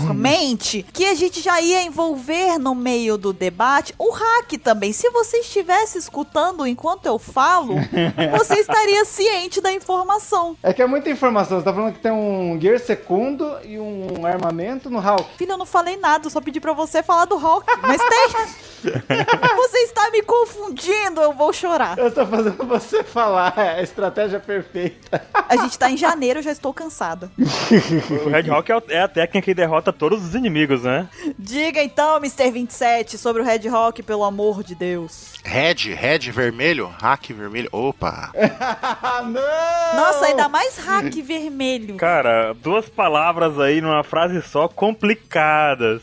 Speaker 2: anteriormente que a gente já ia envolver no meio do debate o hack também. Se você estivesse escutando enquanto eu falo, você estaria ciente da informação.
Speaker 5: É que é muita informação, você tá falando que tem um Gear segundo e um armamento no Hawk.
Speaker 2: Filho, eu não falei nada, eu só pedi pra você falar do Hulk. Mas tem. você está me confundindo, eu vou chorar.
Speaker 5: Eu tô fazendo você falar, é a estratégia perfeita.
Speaker 2: A gente tá em janeiro, eu já estou cansada.
Speaker 1: O Red Rock é o- é a técnica que derrota todos os inimigos, né?
Speaker 2: Diga então, Mr. 27, sobre o Red Rock, pelo amor de Deus.
Speaker 3: Red, red vermelho, hack vermelho. Opa!
Speaker 5: ah, não!
Speaker 2: Nossa, ainda mais hack vermelho.
Speaker 1: Cara, duas palavras aí numa frase só complicadas.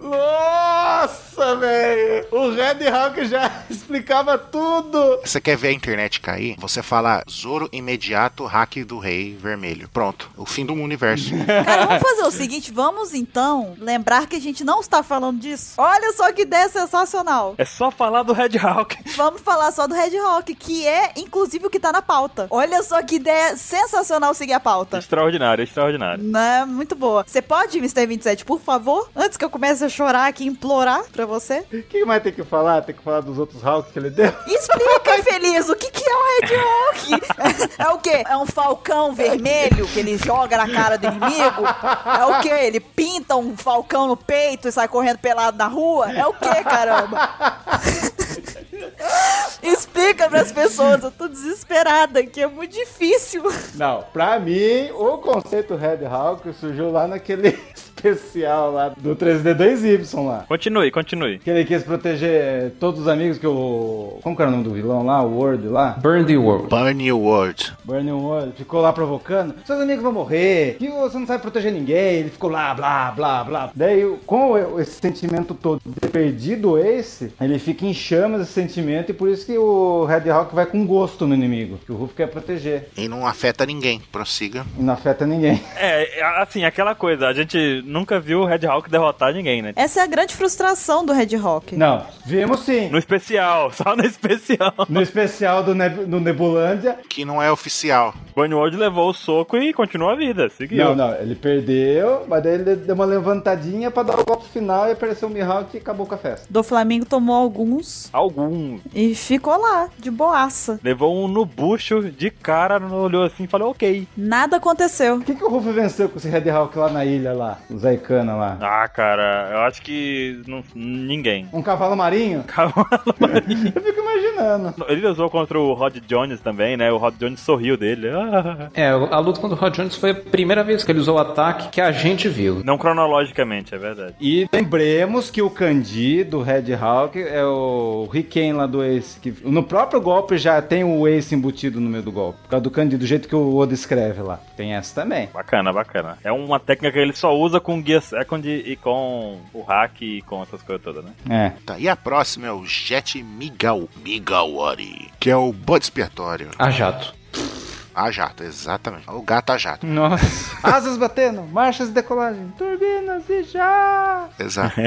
Speaker 5: Nossa, velho! O Red Hawk já explicava tudo.
Speaker 3: Você quer ver a internet cair? Você fala Zoro imediato, hack do rei vermelho. Pronto. O fim do universo.
Speaker 2: Cara, vamos fazer o seguinte, vamos então lembrar que a gente não está falando disso. Olha só que ideia sensacional.
Speaker 1: É só falar do Red Hawk.
Speaker 2: Vamos falar só do Red Rock, que é inclusive o que tá na pauta. Olha só que ideia sensacional seguir a pauta.
Speaker 1: Extraordinário, extraordinário.
Speaker 2: Né? Muito boa. Você pode, Mr. 27, por favor? Antes que eu comece a chorar aqui e implorar pra você.
Speaker 5: O que mais tem que falar? Tem que falar dos outros Hawks que ele deu?
Speaker 2: Explica, infeliz, o que, que é um Red Rock? é o quê? É um falcão vermelho que ele joga na cara do inimigo? É o quê? Ele pinta um falcão no peito e sai correndo pelado na rua? É o quê, caramba? Explica pras pessoas, eu tô desesperada, que é muito difícil.
Speaker 5: Não, pra mim, o conceito Red Hawk surgiu lá naquele especial lá do 3D2Y lá.
Speaker 1: Continue, continue.
Speaker 5: Que ele quis proteger todos os amigos que o. Como que era o nome do vilão lá? O Word lá?
Speaker 4: Burn the World.
Speaker 3: Burn your world.
Speaker 5: Burning Word. Ficou lá provocando. Seus amigos vão morrer. Que você não sabe proteger ninguém. Ele ficou lá, blá, blá, blá. Daí, com o- esse sentimento todo de ter perdido o Ace, ele fica em chamas esse sentimento. E por isso que o Red Hawk vai com gosto no inimigo. Que o Ruff quer proteger.
Speaker 3: E não afeta ninguém. Prossiga.
Speaker 5: E não afeta ninguém.
Speaker 1: É, é, assim, aquela coisa, a gente nunca viu o Red Hawk derrotar ninguém, né?
Speaker 2: Essa é a grande frustração do Red Rock.
Speaker 5: Não, vimos sim.
Speaker 1: No especial, só no especial.
Speaker 5: No especial do, Neb do Nebulândia.
Speaker 3: Que não é oficial.
Speaker 1: Bunnyworld levou o soco e continuou a vida, seguiu.
Speaker 5: Não, não, ele perdeu, mas daí ele deu uma levantadinha pra dar o golpe final e apareceu o Mihawk e acabou com a festa.
Speaker 2: Do Flamengo tomou alguns
Speaker 1: Algum.
Speaker 2: e ficou lá, de boaça.
Speaker 1: Levou um no bucho, de cara, não olhou assim e falou, ok.
Speaker 2: Nada aconteceu.
Speaker 5: O que, que o Ruff venceu com esse Red Hawk lá na ilha, lá? O Zaicana lá.
Speaker 1: Ah, cara, eu acho que não, ninguém.
Speaker 5: Um cavalo marinho?
Speaker 1: Cavalo marinho.
Speaker 5: Eu fico imaginando.
Speaker 1: Ele usou contra o Rod Jones também, né? O Rod Jones sorriu dele. Ah.
Speaker 4: É, a luta contra o Rod Jones foi a primeira vez que ele usou o ataque que a gente viu.
Speaker 1: Não cronologicamente, é verdade.
Speaker 5: E lembremos que o Kandi do Red Hawk é o Riken lá do Ace. Que no próprio golpe já tem o Ace embutido no meio do golpe. Por causa do Kandi, do jeito que o Oda escreve lá. Tem essa também.
Speaker 1: Bacana, bacana. É uma técnica que ele só usa com o Gear Second e com o hack e com essas coisas todas, né?
Speaker 5: É.
Speaker 3: Tá, e a próxima é o Jet Migao, Migawari, que é o bode expiatório.
Speaker 4: A jato.
Speaker 3: A jato, exatamente. O gato a jato.
Speaker 5: Nossa. Asas batendo, marchas de decolagem, turbinas e já.
Speaker 3: Exato.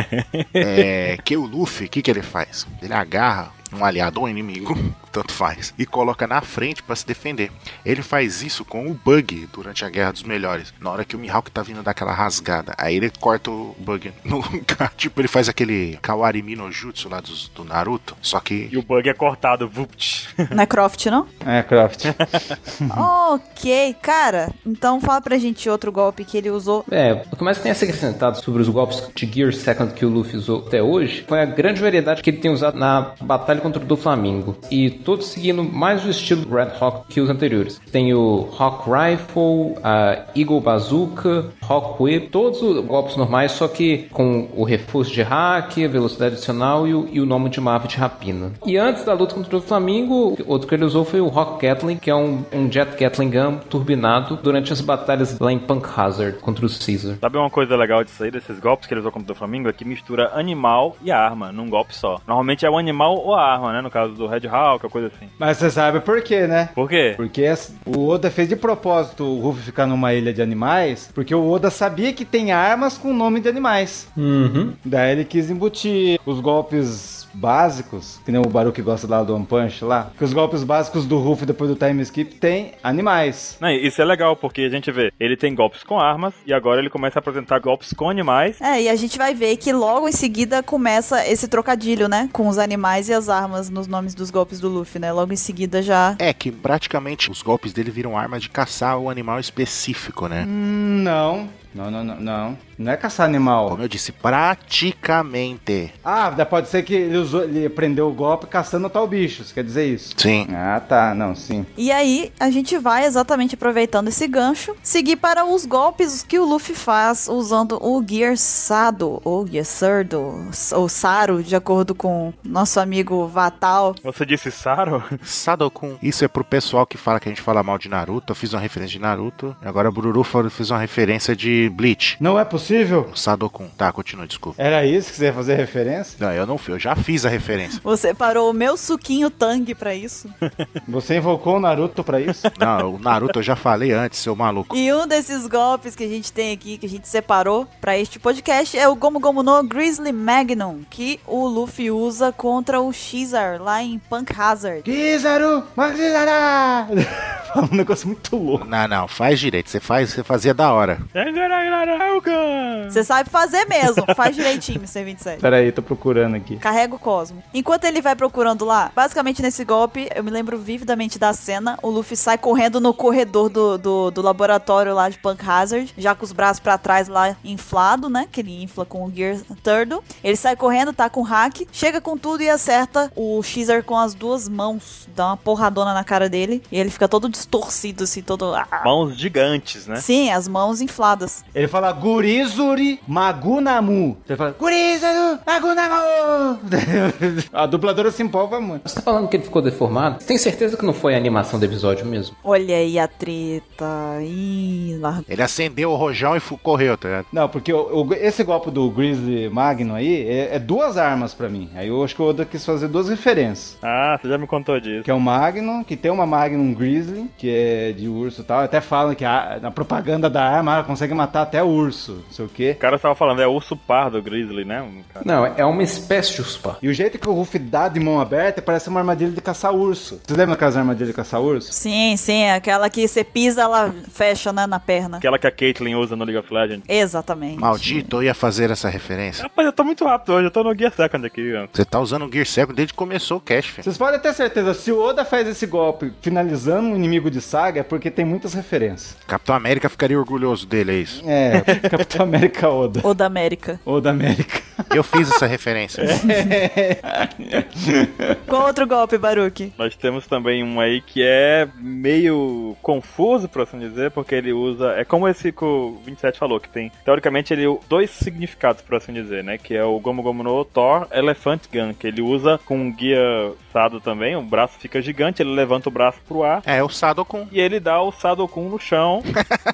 Speaker 3: é, que o Luffy, o que, que ele faz? Ele agarra um aliado ou um inimigo, tanto faz, e coloca na frente pra se defender. Ele faz isso com o Bug durante a Guerra dos Melhores. Na hora que o Mihawk tá vindo daquela rasgada, aí ele corta o Bug no lugar. tipo, ele faz aquele Kawarimi no Jutsu lá dos- do Naruto, só que
Speaker 1: E o bug é cortado. vupt.
Speaker 2: Na Croft, não?
Speaker 5: É, Croft.
Speaker 2: ok, cara. Então fala pra gente outro golpe que ele usou.
Speaker 4: É, o que mais tem a ser acrescentado sobre os golpes de Gear Second que o Luffy usou até hoje foi a grande variedade que ele tem usado na batalha contra o do Flamingo. E todos seguindo mais o estilo Red Hawk que os anteriores. Tem o Hawk Rifle, a Eagle Bazooka, Hawk Whip, todos os golpes normais, só que com o reforço de hack, a velocidade adicional e o, e o nome de mapa de rapina. E antes da luta contra o Flamingo, outro que ele usou foi o Rock Gatling, que é um, um Jet Gatling Gun turbinado durante as batalhas lá em Punk Hazard contra o Caesar.
Speaker 1: Sabe uma coisa legal disso aí, desses golpes que ele usou contra o Flamengo? É que mistura animal e arma num golpe só. Normalmente é o animal ou a arma, né? No caso do Red Hawk, coisa assim.
Speaker 5: Mas você sabe por quê, né?
Speaker 1: Por quê?
Speaker 5: Porque as- o Oda fez de propósito o Ruffy ficar numa ilha de animais, porque o Oda sabia que tem armas com nome de animais.
Speaker 4: Uhum.
Speaker 5: Daí ele quis embutir os golpes básicos, que nem o Baruch gosta lá do One Punch lá, que os golpes básicos do Ruffy depois do time skip tem animais.
Speaker 1: Não, e isso é legal, porque a gente vê, ele tem golpes com armas e agora ele começa a apresentar golpes com animais.
Speaker 2: É, e a gente vai ver que logo em seguida começa esse trocadilho, né? Com os animais e as armas nos nomes dos golpes do Luffy, né? Logo em seguida já.
Speaker 3: é que praticamente os golpes dele viram arma de caçar o animal específico, né?
Speaker 5: Hum, não. Não, não, não, não. Não é caçar animal.
Speaker 3: Como eu disse, praticamente.
Speaker 5: Ah, daí pode ser que ele, usou, ele prendeu o golpe caçando tal bicho, você quer dizer isso?
Speaker 3: Sim.
Speaker 5: Ah, tá, não, sim.
Speaker 2: E aí a gente vai exatamente aproveitando esse gancho, seguir para os golpes que o Luffy faz usando o Gear Sado, ou Gear Sardo, ou Saro, de acordo com nosso amigo Vatal.
Speaker 1: Você disse Saro?
Speaker 3: Sadokun. Isso é pro pessoal que fala que a gente fala mal de Naruto. Eu fiz uma referência de Naruto. E Agora o Bururu falou- fez uma referência de Bleach.
Speaker 5: Não é possível?
Speaker 3: O Sadokun. Tá, continua, desculpa.
Speaker 5: Era isso que você ia fazer referência?
Speaker 3: Não, eu não fiz, eu já fiz a referência.
Speaker 2: Você parou o meu suquinho tangue pra isso.
Speaker 5: Você invocou o Naruto pra isso?
Speaker 3: Não, o Naruto eu já falei antes, seu maluco.
Speaker 2: E um desses golpes que a gente tem aqui, que a gente separou pra este podcast, é o Gomu Gomu no Grizzly Magnum, que o Luffy usa contra o Shizar lá em Punk Hazard.
Speaker 5: Kizaru Maxizara! Fala um negócio muito louco.
Speaker 3: Não, não, faz direito. Você faz, você fazia da hora.
Speaker 2: Você sabe fazer mesmo, faz direitinho, Mr. 27.
Speaker 5: Pera aí, tô procurando aqui.
Speaker 2: Carrega o Cosmo. Enquanto ele vai procurando lá, basicamente nesse golpe, eu me lembro vividamente da cena. O Luffy sai correndo no corredor do, do, do laboratório lá de Punk Hazard, já com os braços pra trás lá inflado, né? Que ele infla com o Gear Turtle. Ele sai correndo, tá com o hack, chega com tudo e acerta o Xer com as duas mãos. Dá uma porradona na cara dele e ele fica todo distorcido, assim, todo.
Speaker 1: Mãos gigantes, né?
Speaker 2: Sim, as mãos infladas.
Speaker 5: Ele fala Gurizuri Magunamu. Ele fala Gurizuri Magunamu. A dubladora se empolga muito.
Speaker 4: Você tá falando que ele ficou deformado? Tem certeza que não foi a animação do episódio mesmo?
Speaker 2: Olha aí a treta. Ih, lá.
Speaker 3: Ele acendeu o rojão e fu- correu, tá ligado?
Speaker 5: Não, porque o- o- esse golpe do Grizzly Magno aí é, é duas armas pra mim. Aí eu acho que o Oda quis fazer duas referências.
Speaker 1: Ah, você já me contou disso.
Speaker 5: Que é o Magnum, que tem uma Magnum Grizzly, que é de urso e tal. Até falam que a- na propaganda da arma ela consegue matar até urso, não sei o quê.
Speaker 1: O cara tava falando, é urso pardo, grizzly, né? Um cara-
Speaker 4: Não, é uma espécie de uspa.
Speaker 5: E o jeito que o Ruff dá de mão aberta parece uma armadilha de caçar urso. Vocês lembram daquelas armadilhas de caçar urso?
Speaker 2: Sim, sim, é aquela que você pisa, ela fecha, né, na perna.
Speaker 1: Aquela que a Caitlyn usa no League of Legends.
Speaker 2: Exatamente.
Speaker 3: Maldito, eu ia fazer essa referência.
Speaker 1: Rapaz, eu tô muito rápido hoje, eu tô no Gear Second aqui. ó.
Speaker 3: Você tá usando o Gear Second desde que começou o Cash, filho.
Speaker 5: Vocês podem ter certeza, se o Oda faz esse golpe finalizando um inimigo de saga, é porque tem muitas referências.
Speaker 3: Capitão América ficaria orgulhoso dele, é isso.
Speaker 5: É, Capitão América Oda.
Speaker 2: Ou da América.
Speaker 5: Oda América.
Speaker 3: Eu fiz essa referência.
Speaker 5: É.
Speaker 2: Qual outro golpe, Baruque?
Speaker 1: Nós temos também um aí que é meio confuso, por assim dizer, porque ele usa. É como esse que o 27 falou, que tem. Teoricamente, ele dois significados, por assim dizer, né? Que é o Gomu Gomu no Thor Elephant Gun, que ele usa com um guia sado também. O braço fica gigante, ele levanta o braço pro ar.
Speaker 3: É, o Sadokun.
Speaker 1: E ele dá o Sadokun no chão,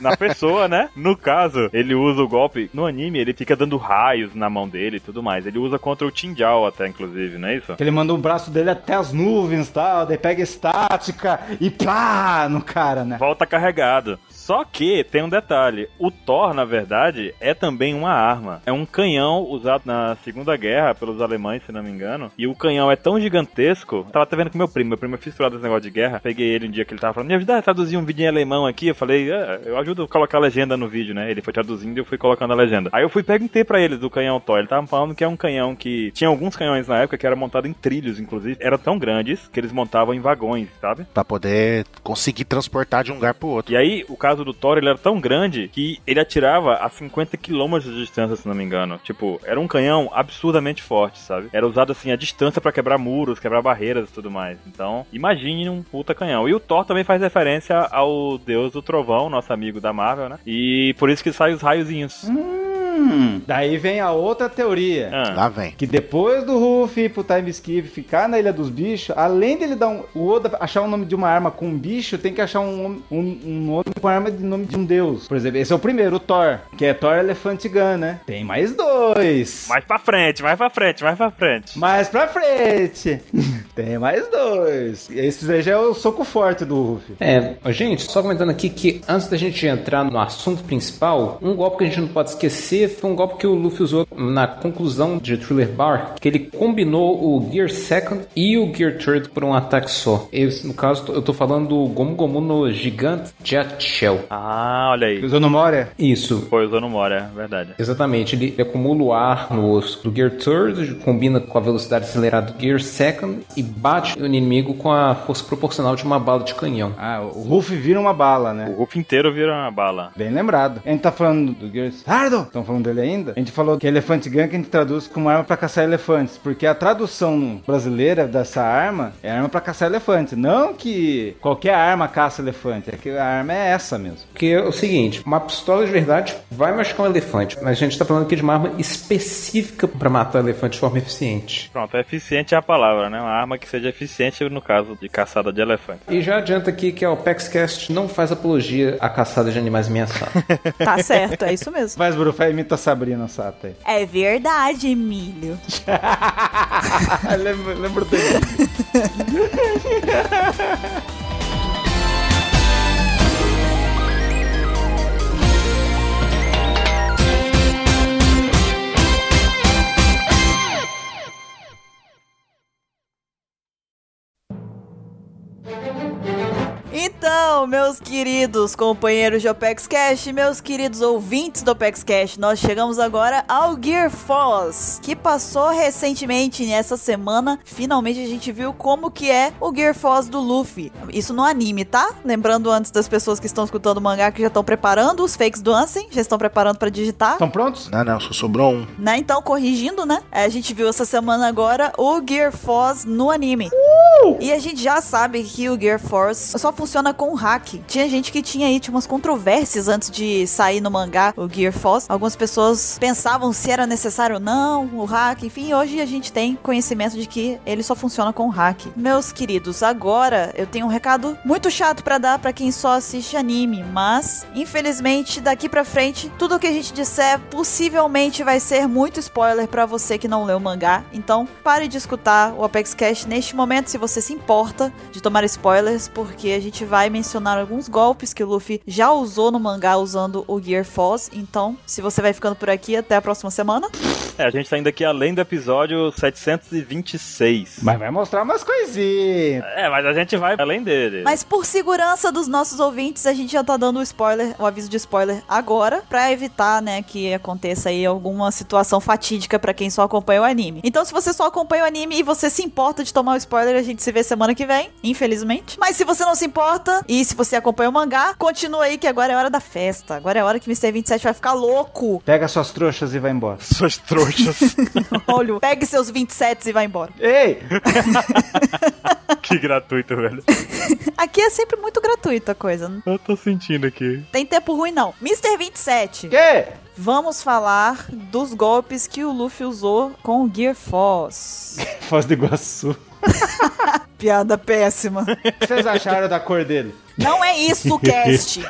Speaker 1: na pessoa, né? No caso, ele usa o golpe. No anime, ele fica dando raios na mão dele e tudo mais. Ele usa contra o Tinjal até, inclusive, não é isso?
Speaker 5: Que ele manda o braço dele até as nuvens e tal, daí pega estática e plá no cara, né?
Speaker 1: Volta carregado. Só que tem um detalhe: o Thor, na verdade, é também uma arma. É um canhão usado na Segunda Guerra pelos alemães, se não me engano. E o canhão é tão gigantesco. Eu tava até vendo com meu primo. Meu primo é fissurado nesse negócio de guerra. Peguei ele um dia que ele tava falando: me ajudar a traduzir um vídeo em alemão aqui. Eu falei: "Ah, eu ajudo a colocar a legenda no vídeo, né? Ele foi traduzindo e eu fui colocando a legenda. Aí eu fui perguntei pra ele do canhão Thor. Ele tava falando que é um canhão que. Tinha alguns canhões na época que era montado em trilhos, inclusive. Eram tão grandes que eles montavam em vagões, sabe?
Speaker 3: Pra poder conseguir transportar de um lugar pro outro.
Speaker 1: E aí, o caso do Thor, ele era tão grande que ele atirava a 50 km de distância, se não me engano. Tipo, era um canhão absurdamente forte, sabe? Era usado assim a distância pra quebrar muros, quebrar barreiras e tudo mais. Então, imagine um puta canhão. E o Thor também faz referência ao deus do trovão, nosso amigo da Marvel, né? E por isso que sai os raiozinhos.
Speaker 5: Hum, daí vem a outra teoria.
Speaker 1: Ah.
Speaker 3: Lá vem.
Speaker 5: Que depois do Ruff ir pro time skip ficar na Ilha dos Bichos, além dele dar um. O Oda achar o nome de uma arma com um bicho, tem que achar um, nome- um, um nome com arma de nome de um deus. Por exemplo, esse é o primeiro, o Thor. Que é Thor Elephant Gun, né? Tem mais dois.
Speaker 1: Mais pra frente, mais pra frente, mais pra frente.
Speaker 5: Mais pra frente. tem mais dois. Esse aí já é o soco forte do Ruff.
Speaker 4: É, ó, gente, só comentando aqui que antes da gente entrar no assunto principal, um golpe que a gente não pode esquecer foi um golpe que o Luffy usou na conclusão de Thriller Bar, que ele combinou o Gear Second e o Gear Third por um ataque só. Esse, no caso, eu tô falando do Gomu Gomu no Gigante Jet Shell.
Speaker 1: Ah, olha aí.
Speaker 5: Usou no Moria?
Speaker 4: Isso,
Speaker 1: Foi usando mora, é verdade.
Speaker 4: Exatamente, ele ele acumula o ar no osso do Gear Third, combina com a velocidade acelerada do Gear Second e bate o inimigo com a força proporcional de uma bala de canhão.
Speaker 5: Ah, o Ruff vira uma bala, né?
Speaker 1: O Ruff inteiro vira uma bala.
Speaker 5: Bem lembrado. A gente tá falando do Gears Sardo. Estão falando dele ainda? A gente falou que Elefante Gun que a gente traduz como arma pra caçar elefantes. Porque a tradução brasileira dessa arma é arma pra caçar elefante. Não que qualquer arma caça elefante. É que a arma é essa mesmo.
Speaker 4: Porque é o seguinte, uma pistola de verdade vai machucar um elefante, mas a gente está falando aqui de uma arma específica para matar elefante de forma eficiente.
Speaker 1: Pronto, eficiente é a palavra, né? Uma arma forma que seja eficiente no caso de caçada de elefante.
Speaker 4: E já adianta aqui que a OpexCast não faz apologia à caçada de animais ameaçados.
Speaker 2: Tá certo, é isso mesmo.
Speaker 5: Faz Brufé imita a Sabrina Sato aí.
Speaker 2: É verdade, Emílio.
Speaker 5: Ah, lembro, lembro dele.
Speaker 2: Então, meus queridos companheiros de Opex Cash, meus queridos ouvintes do Opex Cash, nós chegamos agora ao Gear Force, que passou recentemente nessa semana. Finalmente a gente viu como que é o Gear Force do Luffy. Isso no anime, tá? Lembrando antes das pessoas que estão escutando o mangá que já estão preparando os fakes do Ansem, já estão preparando pra digitar.
Speaker 5: Estão prontos?
Speaker 3: Não, não, só sobrou um.
Speaker 2: Né? Então, corrigindo, né? A gente viu essa semana agora o Gear Force no anime. E a gente já sabe que o Gear Force só funciona com hack. Tinha gente que tinha aí tinha umas controvérsias antes de sair no mangá o Gear Force. Algumas pessoas pensavam se era necessário ou não o hack. Enfim, hoje a gente tem conhecimento de que ele só funciona com hack. Meus queridos, agora eu tenho um recado muito chato pra dar pra quem só assiste anime, mas infelizmente daqui pra frente tudo que a gente disser possivelmente vai ser muito spoiler pra você que não leu o mangá. Então, pare de escutar o Apex Cash neste momento se você se importa de tomar spoilers, porque a gente vai mencionar alguns golpes que o Luffy já usou no mangá usando o Gear Force. Então, se você vai ficando por aqui, até a próxima semana.
Speaker 1: É, a gente tá indo aqui além do episódio 726.
Speaker 5: Mas vai mostrar umas coisinhas.
Speaker 1: É, mas a gente vai além dele.
Speaker 2: Mas por segurança dos nossos ouvintes, a gente já tá dando o spoiler, o aviso de spoiler agora, pra evitar, né, que aconteça aí alguma situação fatídica pra quem só acompanha o anime. Então, se você só acompanha o anime e você se importa de tomar o spoiler, a gente se vê semana que vem, infelizmente. Mas se você não se importa e se você acompanha o mangá, continua aí que agora é hora da festa. Agora é hora que o Mr. 27 vai ficar louco.
Speaker 5: Pega suas trouxas e vai embora.
Speaker 1: Suas trouxas.
Speaker 2: Olha, pegue seus 27 e vai embora.
Speaker 5: Ei!
Speaker 1: que gratuito, velho.
Speaker 2: Aqui é sempre muito gratuita a coisa, não
Speaker 1: Eu tô sentindo aqui.
Speaker 2: tem tempo ruim não. Mr. 27,
Speaker 5: Que?
Speaker 2: vamos falar dos golpes que o Luffy usou com o Gear Force.
Speaker 5: Foz do Iguaçu.
Speaker 2: Piada péssima.
Speaker 5: O que vocês acharam da cor dele?
Speaker 2: Não é isso o cast.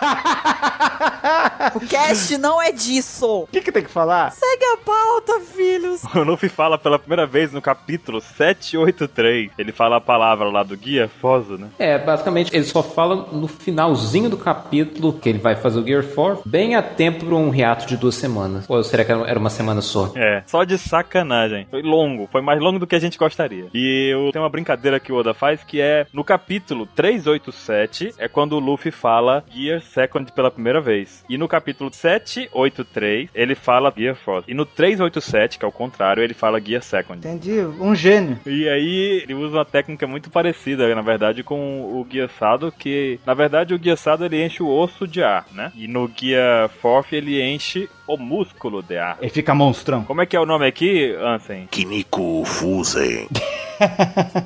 Speaker 2: o cast não é disso.
Speaker 5: O que, que tem que falar?
Speaker 2: Segue a pauta, filhos.
Speaker 1: O Luffy fala pela primeira vez no capítulo 783. Ele fala a palavra lá do guia, Foso, né?
Speaker 4: É, basicamente, ele só fala no finalzinho do capítulo que ele vai fazer o Gear 4, bem a tempo pra um reato de duas semanas. Ou será que era uma semana só?
Speaker 1: É, só de sacanagem. Foi longo, foi mais longo do que a gente gostaria. E eu tenho uma brincadeira que o Oda faz que é no capítulo 387 é quando o Luffy fala Gear Second pela primeira vez. E no capítulo 783 ele fala Gear First. E no 387, que é o contrário, ele fala Gear Second.
Speaker 5: Entendi. Um gênio.
Speaker 1: E aí ele usa uma técnica muito parecida, na verdade, com o guia Sado, que na verdade o guia Sado ele enche o osso de ar, né? E no guia Forth ele enche o músculo de ar.
Speaker 5: Ele fica monstrão.
Speaker 1: Como é que é o nome aqui, Ansem?
Speaker 3: Kiniko Fusen.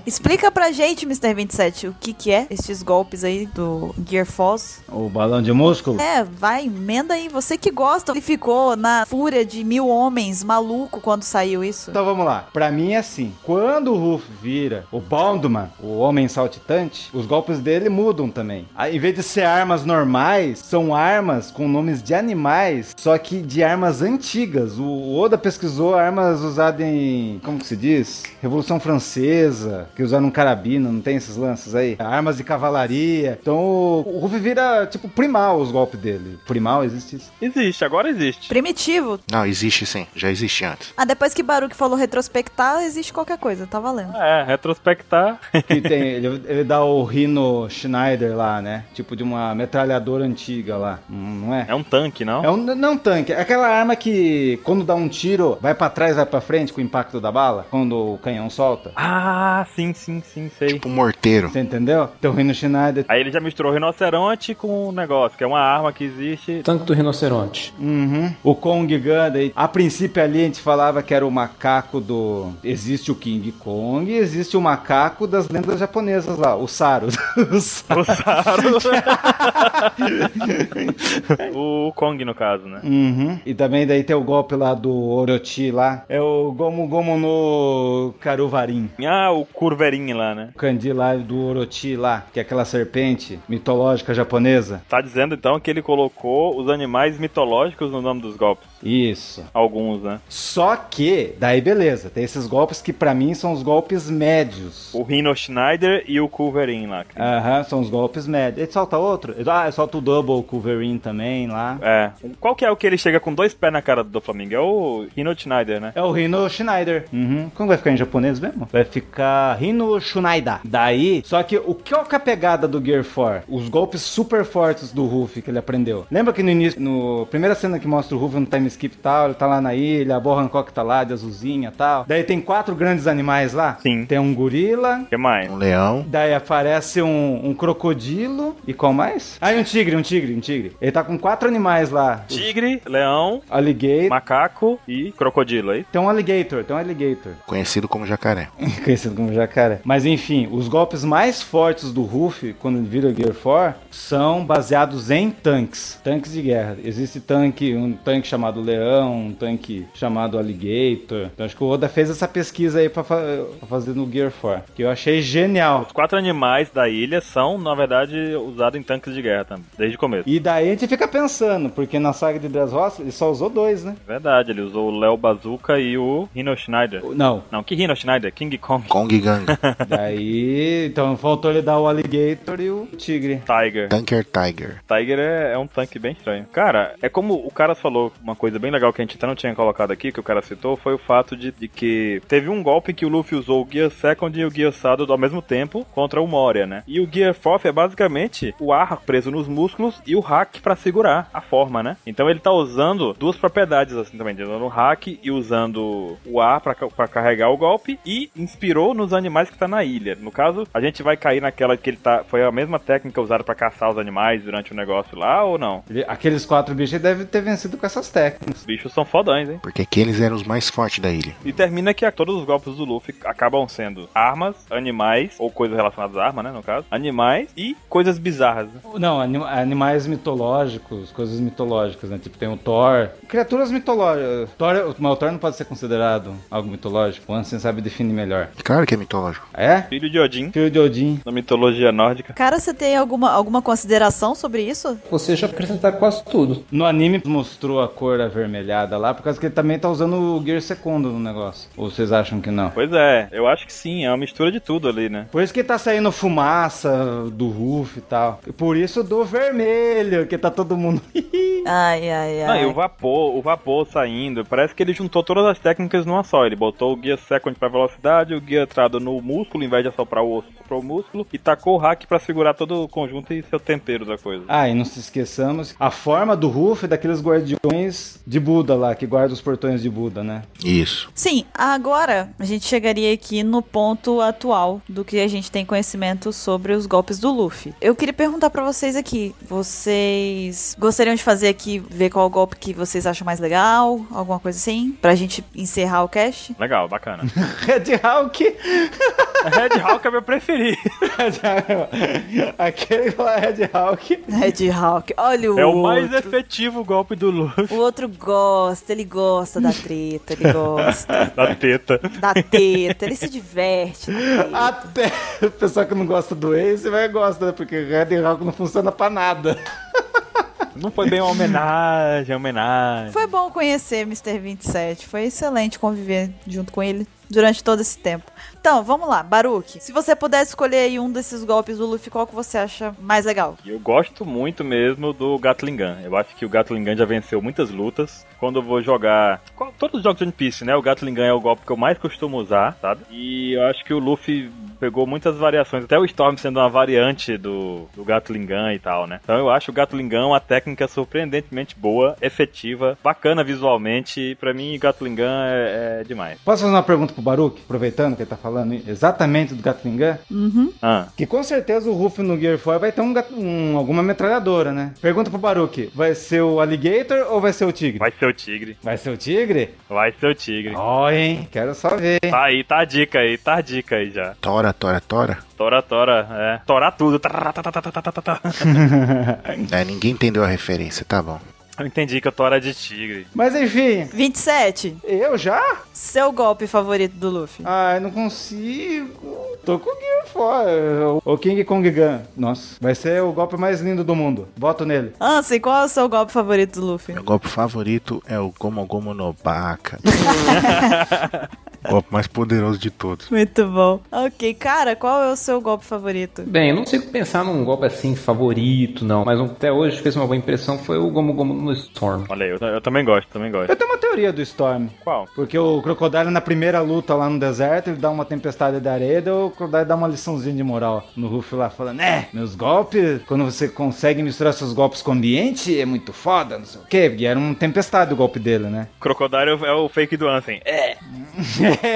Speaker 2: Explica pra gente, Mr. 27, o que que é esses golpes aí do Gear Force.
Speaker 5: O balão de músculo?
Speaker 2: É, vai, emenda aí. Você que gosta e ficou na fúria de mil homens maluco quando saiu isso.
Speaker 5: Então vamos lá. Pra mim é assim. Quando o Ruff vira o Bondman, o homem saltitante, os golpes dele mudam também. Aí, em vez de ser armas normais, são armas com nomes de animais, só que de armas antigas. O Oda pesquisou armas usadas em. Como que se diz? Revolução Francesa, que usaram um carabina, não tem esses lances aí? Armas de cavalaria. Então o Ruff vira tipo primal os golpes dele. Primal existe isso?
Speaker 1: Existe, agora existe.
Speaker 2: Primitivo.
Speaker 3: Não, existe sim. Já existe antes.
Speaker 2: Ah, depois que Baruque falou retrospectar, existe qualquer coisa, tá valendo.
Speaker 1: É, retrospectar.
Speaker 5: Que tem, ele, ele dá o Rino Schneider lá, né? Tipo de uma metralhadora antiga lá, hum, não é?
Speaker 1: É um tanque, não?
Speaker 5: É um, não um tanque, é aquela arma que quando dá um tiro, vai pra trás, vai pra frente com o impacto da bala, quando o canhão solta.
Speaker 1: Ah, sim, sim, sim, sei.
Speaker 3: Tipo um morteiro.
Speaker 5: Você entendeu? Tem o Rino Schneider.
Speaker 1: Aí ele já misturou rinoceronte com um negócio, que é uma arma que existe.
Speaker 4: Tanque do rinoceronte.
Speaker 5: Uhum. O Kong Gundam. A princípio ali a gente falava que era o macaco do. Existe o King Kong e existe o macaco das lendas japonesas lá, o Saru. o Saru.
Speaker 1: O Saru. o Kong, no caso, né?
Speaker 5: Uhum. E também daí tem o golpe lá do Orochi lá. É o Gomu Gomu no Karuvarim.
Speaker 1: Ah, o curverinho lá, né?
Speaker 5: O Kandi lá do Orochi lá, que é aquela serpente mitológica japonesa.
Speaker 1: Tá dizendo então que ele colocou os animais mitológicos no nome dos golpes.
Speaker 5: Isso.
Speaker 1: Alguns, né?
Speaker 5: Só que, daí beleza, tem esses golpes que pra mim são os golpes médios.
Speaker 1: O Rhino Schneider e o Culverin lá.
Speaker 5: Aham, são os golpes médios. Ele solta outro? Ele- Ah, ele solta o Double Culverin também lá.
Speaker 1: É. Qual que é o que ele chega com dois pés na cara do Flamengo? É o Rhino Schneider, né?
Speaker 5: É o Rino Schneider. Uhum. Como vai ficar em japonês mesmo? Vai ficar Rino Schneider. Daí, só que o que é a pegada do Gear 4? Os golpes super fortes do Ruff que ele aprendeu. Lembra que no início, no primeira cena que mostra o Ruff no time skip e tal, ele tá lá na ilha, a Bo Hancock tá lá de azulzinha e tal. Daí tem quatro grandes animais lá.
Speaker 1: Sim.
Speaker 5: Tem um gorila.
Speaker 1: O que mais?
Speaker 3: Um leão.
Speaker 5: Daí aparece um, um crocodilo. E qual mais? Ah, e um tigre, um tigre, um tigre. Ele tá com quatro animais lá.
Speaker 1: Tigre, leão,
Speaker 5: Alligator.
Speaker 1: macaco e crocodilo, aí.
Speaker 5: Tem um alligator, tem um alligator.
Speaker 3: Conhecido como jacaré. Um
Speaker 5: Conhecido como jacaré. Mas enfim, os golpes mais fortes do Ruff, quando ele vira o Gear 4, são baseados em tanques. Tanques de guerra. Existe tanque, um tanque chamado Leão, um tanque chamado Alligator. Então acho que o Oda fez essa pesquisa aí pra, fa- pra fazer no Gear 4. Que eu achei genial.
Speaker 1: Os quatro animais da ilha são, na verdade, usados em tanques de guerra também, desde o começo.
Speaker 5: E daí a gente fica pensando, porque na saga de Dressrosa ele só usou dois, né?
Speaker 1: É Verdade, ele usou o Léo Bazooka e o Rhino Schneider.
Speaker 5: Não,
Speaker 1: Não, que Rhino Schneider? King Kong
Speaker 3: Kong Gang.
Speaker 5: daí. Então faltou ele dar o Alligator e o Tigre.
Speaker 1: Tiger.
Speaker 3: Tanker Tiger.
Speaker 1: Tiger é, é um tanque bem estranho. Cara, é como o cara falou, uma coisa bem legal que a gente até não tinha colocado aqui, que o cara citou, foi o fato de, de que teve um golpe que o Luffy usou o Gear Second e o Gear Shadow ao mesmo tempo contra o Moria, né? E o Gear Fourth é basicamente o ar preso nos músculos e o hack pra segurar a forma, né? Então ele tá usando duas propriedades assim também, de usando o hack e usando o ar pra ca- pra carregar o golpe e inspirou nos animais que tá na ilha. No caso, a gente vai cair naquela que ele tá. Foi a mesma técnica usada pra caçar os animais durante o negócio lá ou não?
Speaker 5: Ele- Aqueles quatro bichos ele deve ter vencido com essas técnicas.
Speaker 1: Os bichos são fodões, hein?
Speaker 3: Porque aqueles eram os mais fortes da ilha.
Speaker 1: E termina que todos os golpes do Luffy acabam sendo armas, animais, ou coisas relacionadas à arma, né? No caso, animais e coisas bizarras. né?
Speaker 5: Não, anim- animais mitológicos, coisas mitológicas, né? Tipo, tem o Thor. Criaturas mitológicas. Thor, mas o Thor não pode ser considerado algo mitológico. O Ansem sabe definir melhor.
Speaker 3: Claro que é mitológico.
Speaker 5: É?
Speaker 1: Filho de Odin,
Speaker 5: Filho de Odin.
Speaker 1: na mitologia nórdica.
Speaker 2: Cara, você tem alguma, alguma consideração sobre isso?
Speaker 4: Você já acrescentar quase tudo.
Speaker 5: No anime mostrou a cor avermelhada lá, por causa que ele também tá usando o Gear Secondo no negócio. Ou vocês acham que não?
Speaker 1: Pois é, eu acho que sim, é uma mistura de tudo ali, né?
Speaker 5: Por isso que tá saindo fumaça do Ruff e tal. E por isso do vermelho, que tá todo mundo.
Speaker 2: Ai, ai,
Speaker 1: Não,
Speaker 2: ai.
Speaker 1: e o vapor, o vapor saindo, parece que ele juntou todas as técnicas numa só. Ele botou o guia second pra velocidade, o guia trado no músculo, em vez de assoprar o osso pro músculo, e tacou o hack pra segurar todo o conjunto e seu tempero da coisa.
Speaker 5: Ah, e não se esqueçamos, a forma do Ruff é daqueles guardiões de Buda lá, que guarda os portões de Buda, né?
Speaker 3: Isso.
Speaker 2: Sim, agora a gente chegaria aqui no ponto atual do que a gente tem conhecimento sobre os golpes do Luffy. Eu queria perguntar pra vocês aqui, vocês gostariam de fazer aqui ver qual golpe que vocês acham mais legal, alguma coisa assim, pra gente encerrar o cast?
Speaker 1: Legal, bacana.
Speaker 5: Red Hawk!
Speaker 1: Red Hawk é meu preferido.
Speaker 5: Aquele lá, Red Hawk.
Speaker 2: Red É Hawk, olha o
Speaker 1: É o
Speaker 2: outro.
Speaker 1: mais efetivo golpe do Luffy
Speaker 2: O outro gosta, ele gosta da treta, ele gosta
Speaker 1: da teta.
Speaker 2: da teta, ele se diverte. né? na treta.
Speaker 1: Ah,
Speaker 5: Até o pessoal que não gosta do Ace vai gosta, né? Porque Red Hawk não funciona pra nada.
Speaker 1: Não foi bem uma homenagem, homenagem.
Speaker 2: Foi bom conhecer Mr. 27. Foi excelente conviver junto com ele durante todo esse tempo. Então, vamos lá, Baruque. Se você pudesse escolher aí um desses golpes do Luffy, qual que você acha mais legal?
Speaker 1: Eu gosto muito mesmo do Gatling Gun. Eu acho que o Gatling Gun já venceu muitas lutas. Quando eu vou jogar qual- todos os jogos de One Piece, né? O Gatling Gun é o golpe que eu mais costumo usar, sabe? E eu acho que o Luffy pegou muitas variações, até o Storm sendo uma variante do, do Gatling Gun e tal, né? Então eu acho o Gatling Gun uma técnica surpreendentemente boa, efetiva, bacana visualmente. E pra mim, Gatling Gun é, é demais.
Speaker 5: Posso fazer uma pergunta pro Baruch, aproveitando que ele tá falando exatamente do Gatling Gun?
Speaker 1: Ah.
Speaker 5: Que com certeza o Ruff no Gear 4 vai ter um, gat- um- alguma metralhadora, né? Pergunta pro Baruch, vai ser o Alligator ou vai ser o Tigre?
Speaker 1: Vai ser o tigre,
Speaker 5: Vai ser o Tigre?
Speaker 1: vai ser o tigre.
Speaker 5: Ó, hein? Quero só ver.
Speaker 1: Tá aí, tá a dica aí, tá a dica aí já.
Speaker 3: Tora, tora, tora.
Speaker 1: Tora, tora, é. Torar tudo. Tá, tá, tá, tá, tá, tá, tá, tá.
Speaker 3: É, ninguém entendeu a referência, tá bom.
Speaker 1: Eu entendi que eu tô hora de tigre.
Speaker 5: Mas enfim,
Speaker 2: 27.
Speaker 5: eu já?
Speaker 2: Seu golpe favorito do Luffy.
Speaker 5: Ai, não consigo. Tô com o Gear fora. O King Kong Gun. Nossa, vai ser o golpe mais lindo do mundo. Voto nele.
Speaker 2: Ansem, qual é o seu golpe favorito do Luffy?
Speaker 3: Meu golpe favorito é o Gomu Gomu no Baka. O golpe mais poderoso de todos.
Speaker 2: Muito bom. Ok, cara, qual é o seu golpe favorito?
Speaker 4: Bem, eu não sei pensar num golpe assim favorito, não. Mas um- até hoje fez uma boa impressão foi o Gomu Gomu no Storm.
Speaker 1: Olha aí, eu, eu também gosto, também gosto.
Speaker 5: Eu tenho uma teoria do Storm.
Speaker 1: Qual?
Speaker 5: Porque o Crocodile, na primeira luta lá no deserto, ele dá uma tempestade de areia, daí o Crocodile dá uma liçãozinha de moral no Ruff lá, falando, né, meus golpes, quando você consegue misturar seus golpes com o ambiente, é muito foda, não sei o quê. E era uma tempestade o golpe dele, né?
Speaker 1: Crocodile é o fake do Ansem. É.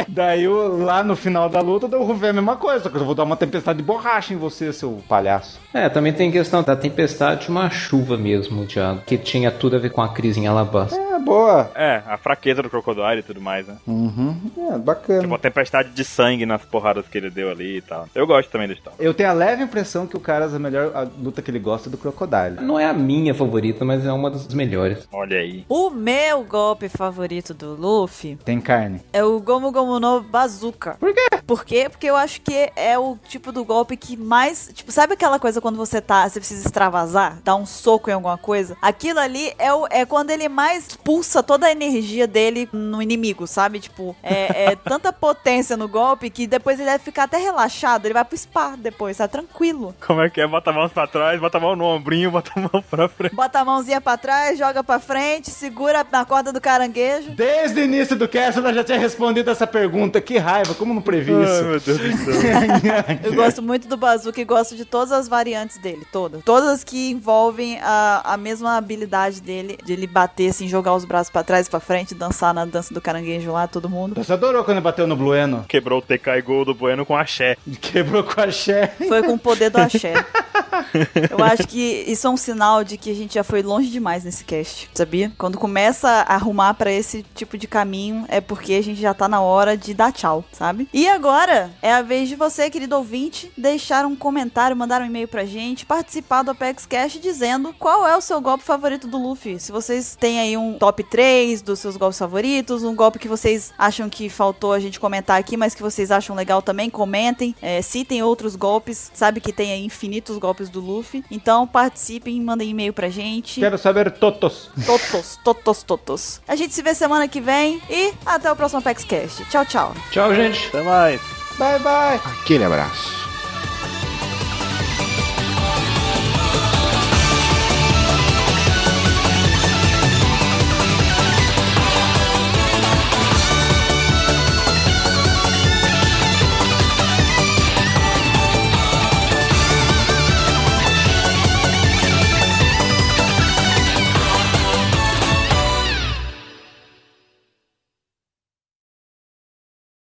Speaker 5: daí o- lá no final da luta, daí o Ruff é a mesma coisa, só que eu vou dar uma tempestade de borracha em você, seu palhaço.
Speaker 4: É, também tem questão da tempestade, uma chuva mesmo, já, que tinha tudo a ver com a crise em Alabasta.
Speaker 5: É, boa.
Speaker 1: É, a fraqueza do Crocodile e tudo mais, né?
Speaker 5: Uhum, é, bacana.
Speaker 1: Tipo, a tempestade de sangue nas porradas que ele deu ali e tal. Eu gosto também do Storm.
Speaker 5: Eu tenho a leve impressão que o cara, é a melhor a luta que ele gosta é do Crocodile.
Speaker 4: Não é a minha favorita, mas é uma das melhores.
Speaker 1: Olha aí.
Speaker 2: O meu golpe favorito do Luffy
Speaker 5: Tem carne.
Speaker 2: é o Gomu Gomu no Bazooka. Por quê? Por quê? Porque eu acho que é o tipo do golpe que mais. Tipo, sabe aquela coisa quando você tá. Você precisa extravasar? Dar um soco em alguma coisa? Aquilo ali é, o- é quando ele mais pulsa toda a energia dele no inimigo, sabe? Tipo, é, é tanta potência no golpe que depois ele vai ficar até relaxado. Ele vai pro spa depois, tá tranquilo.
Speaker 1: Como é que é? Bota a mão pra trás, bota a mão no ombrinho, bota a mão pra frente.
Speaker 2: Bota a mãozinha pra trás, joga pra frente, segura na corda do caranguejo.
Speaker 5: Desde o início do cast ela já tinha respondido essa pergunta. Que raiva, como não previ
Speaker 1: Ai,
Speaker 5: isso?
Speaker 1: meu Deus do céu.
Speaker 2: Eu gosto muito do Bazooka e gosto de todas as variantes dele, todas. Todas as que envolvem a, a mesma habilidade dele, de ele bater, assim, jogar os braços pra trás e pra frente, dançar na dança do caranguejo lá, todo mundo.
Speaker 5: Você adorou quando ele bateu no Blueno?
Speaker 1: Quebrou o TK e gol do Bueno com axé.
Speaker 5: Quebrou com a Xé.
Speaker 2: Foi com o poder do axé. Eu acho que isso é um sinal de que a gente já foi longe demais nesse cast, sabia? Quando começa a arrumar pra esse tipo de caminho, é porque a gente já tá na hora de dar tchau, sabe? E agora é a vez de você, querido ouvinte, deixar um comentário, mandar um e-mail pra gente, participar do Apex Cash dizendo qual é o seu golpe favorito do Luffy. Se vocês têm aí um top 3 dos seus golpes favoritos, um golpe que vocês acham que faltou a gente comentar aqui, mas que vocês acham legal também, comentem, é, citem outros golpes, sabe que tem aí infinitos golpes do Luffy. Então participem, mandem e-mail pra gente.
Speaker 5: Quero saber totos.
Speaker 2: Totos, totos, totos. A gente se vê semana que vem e até o próximo Apex Cast. Tchau, tchau.
Speaker 4: Tchau, gente!
Speaker 1: Até mais.
Speaker 5: Bye, bye.
Speaker 3: Aquele abraço.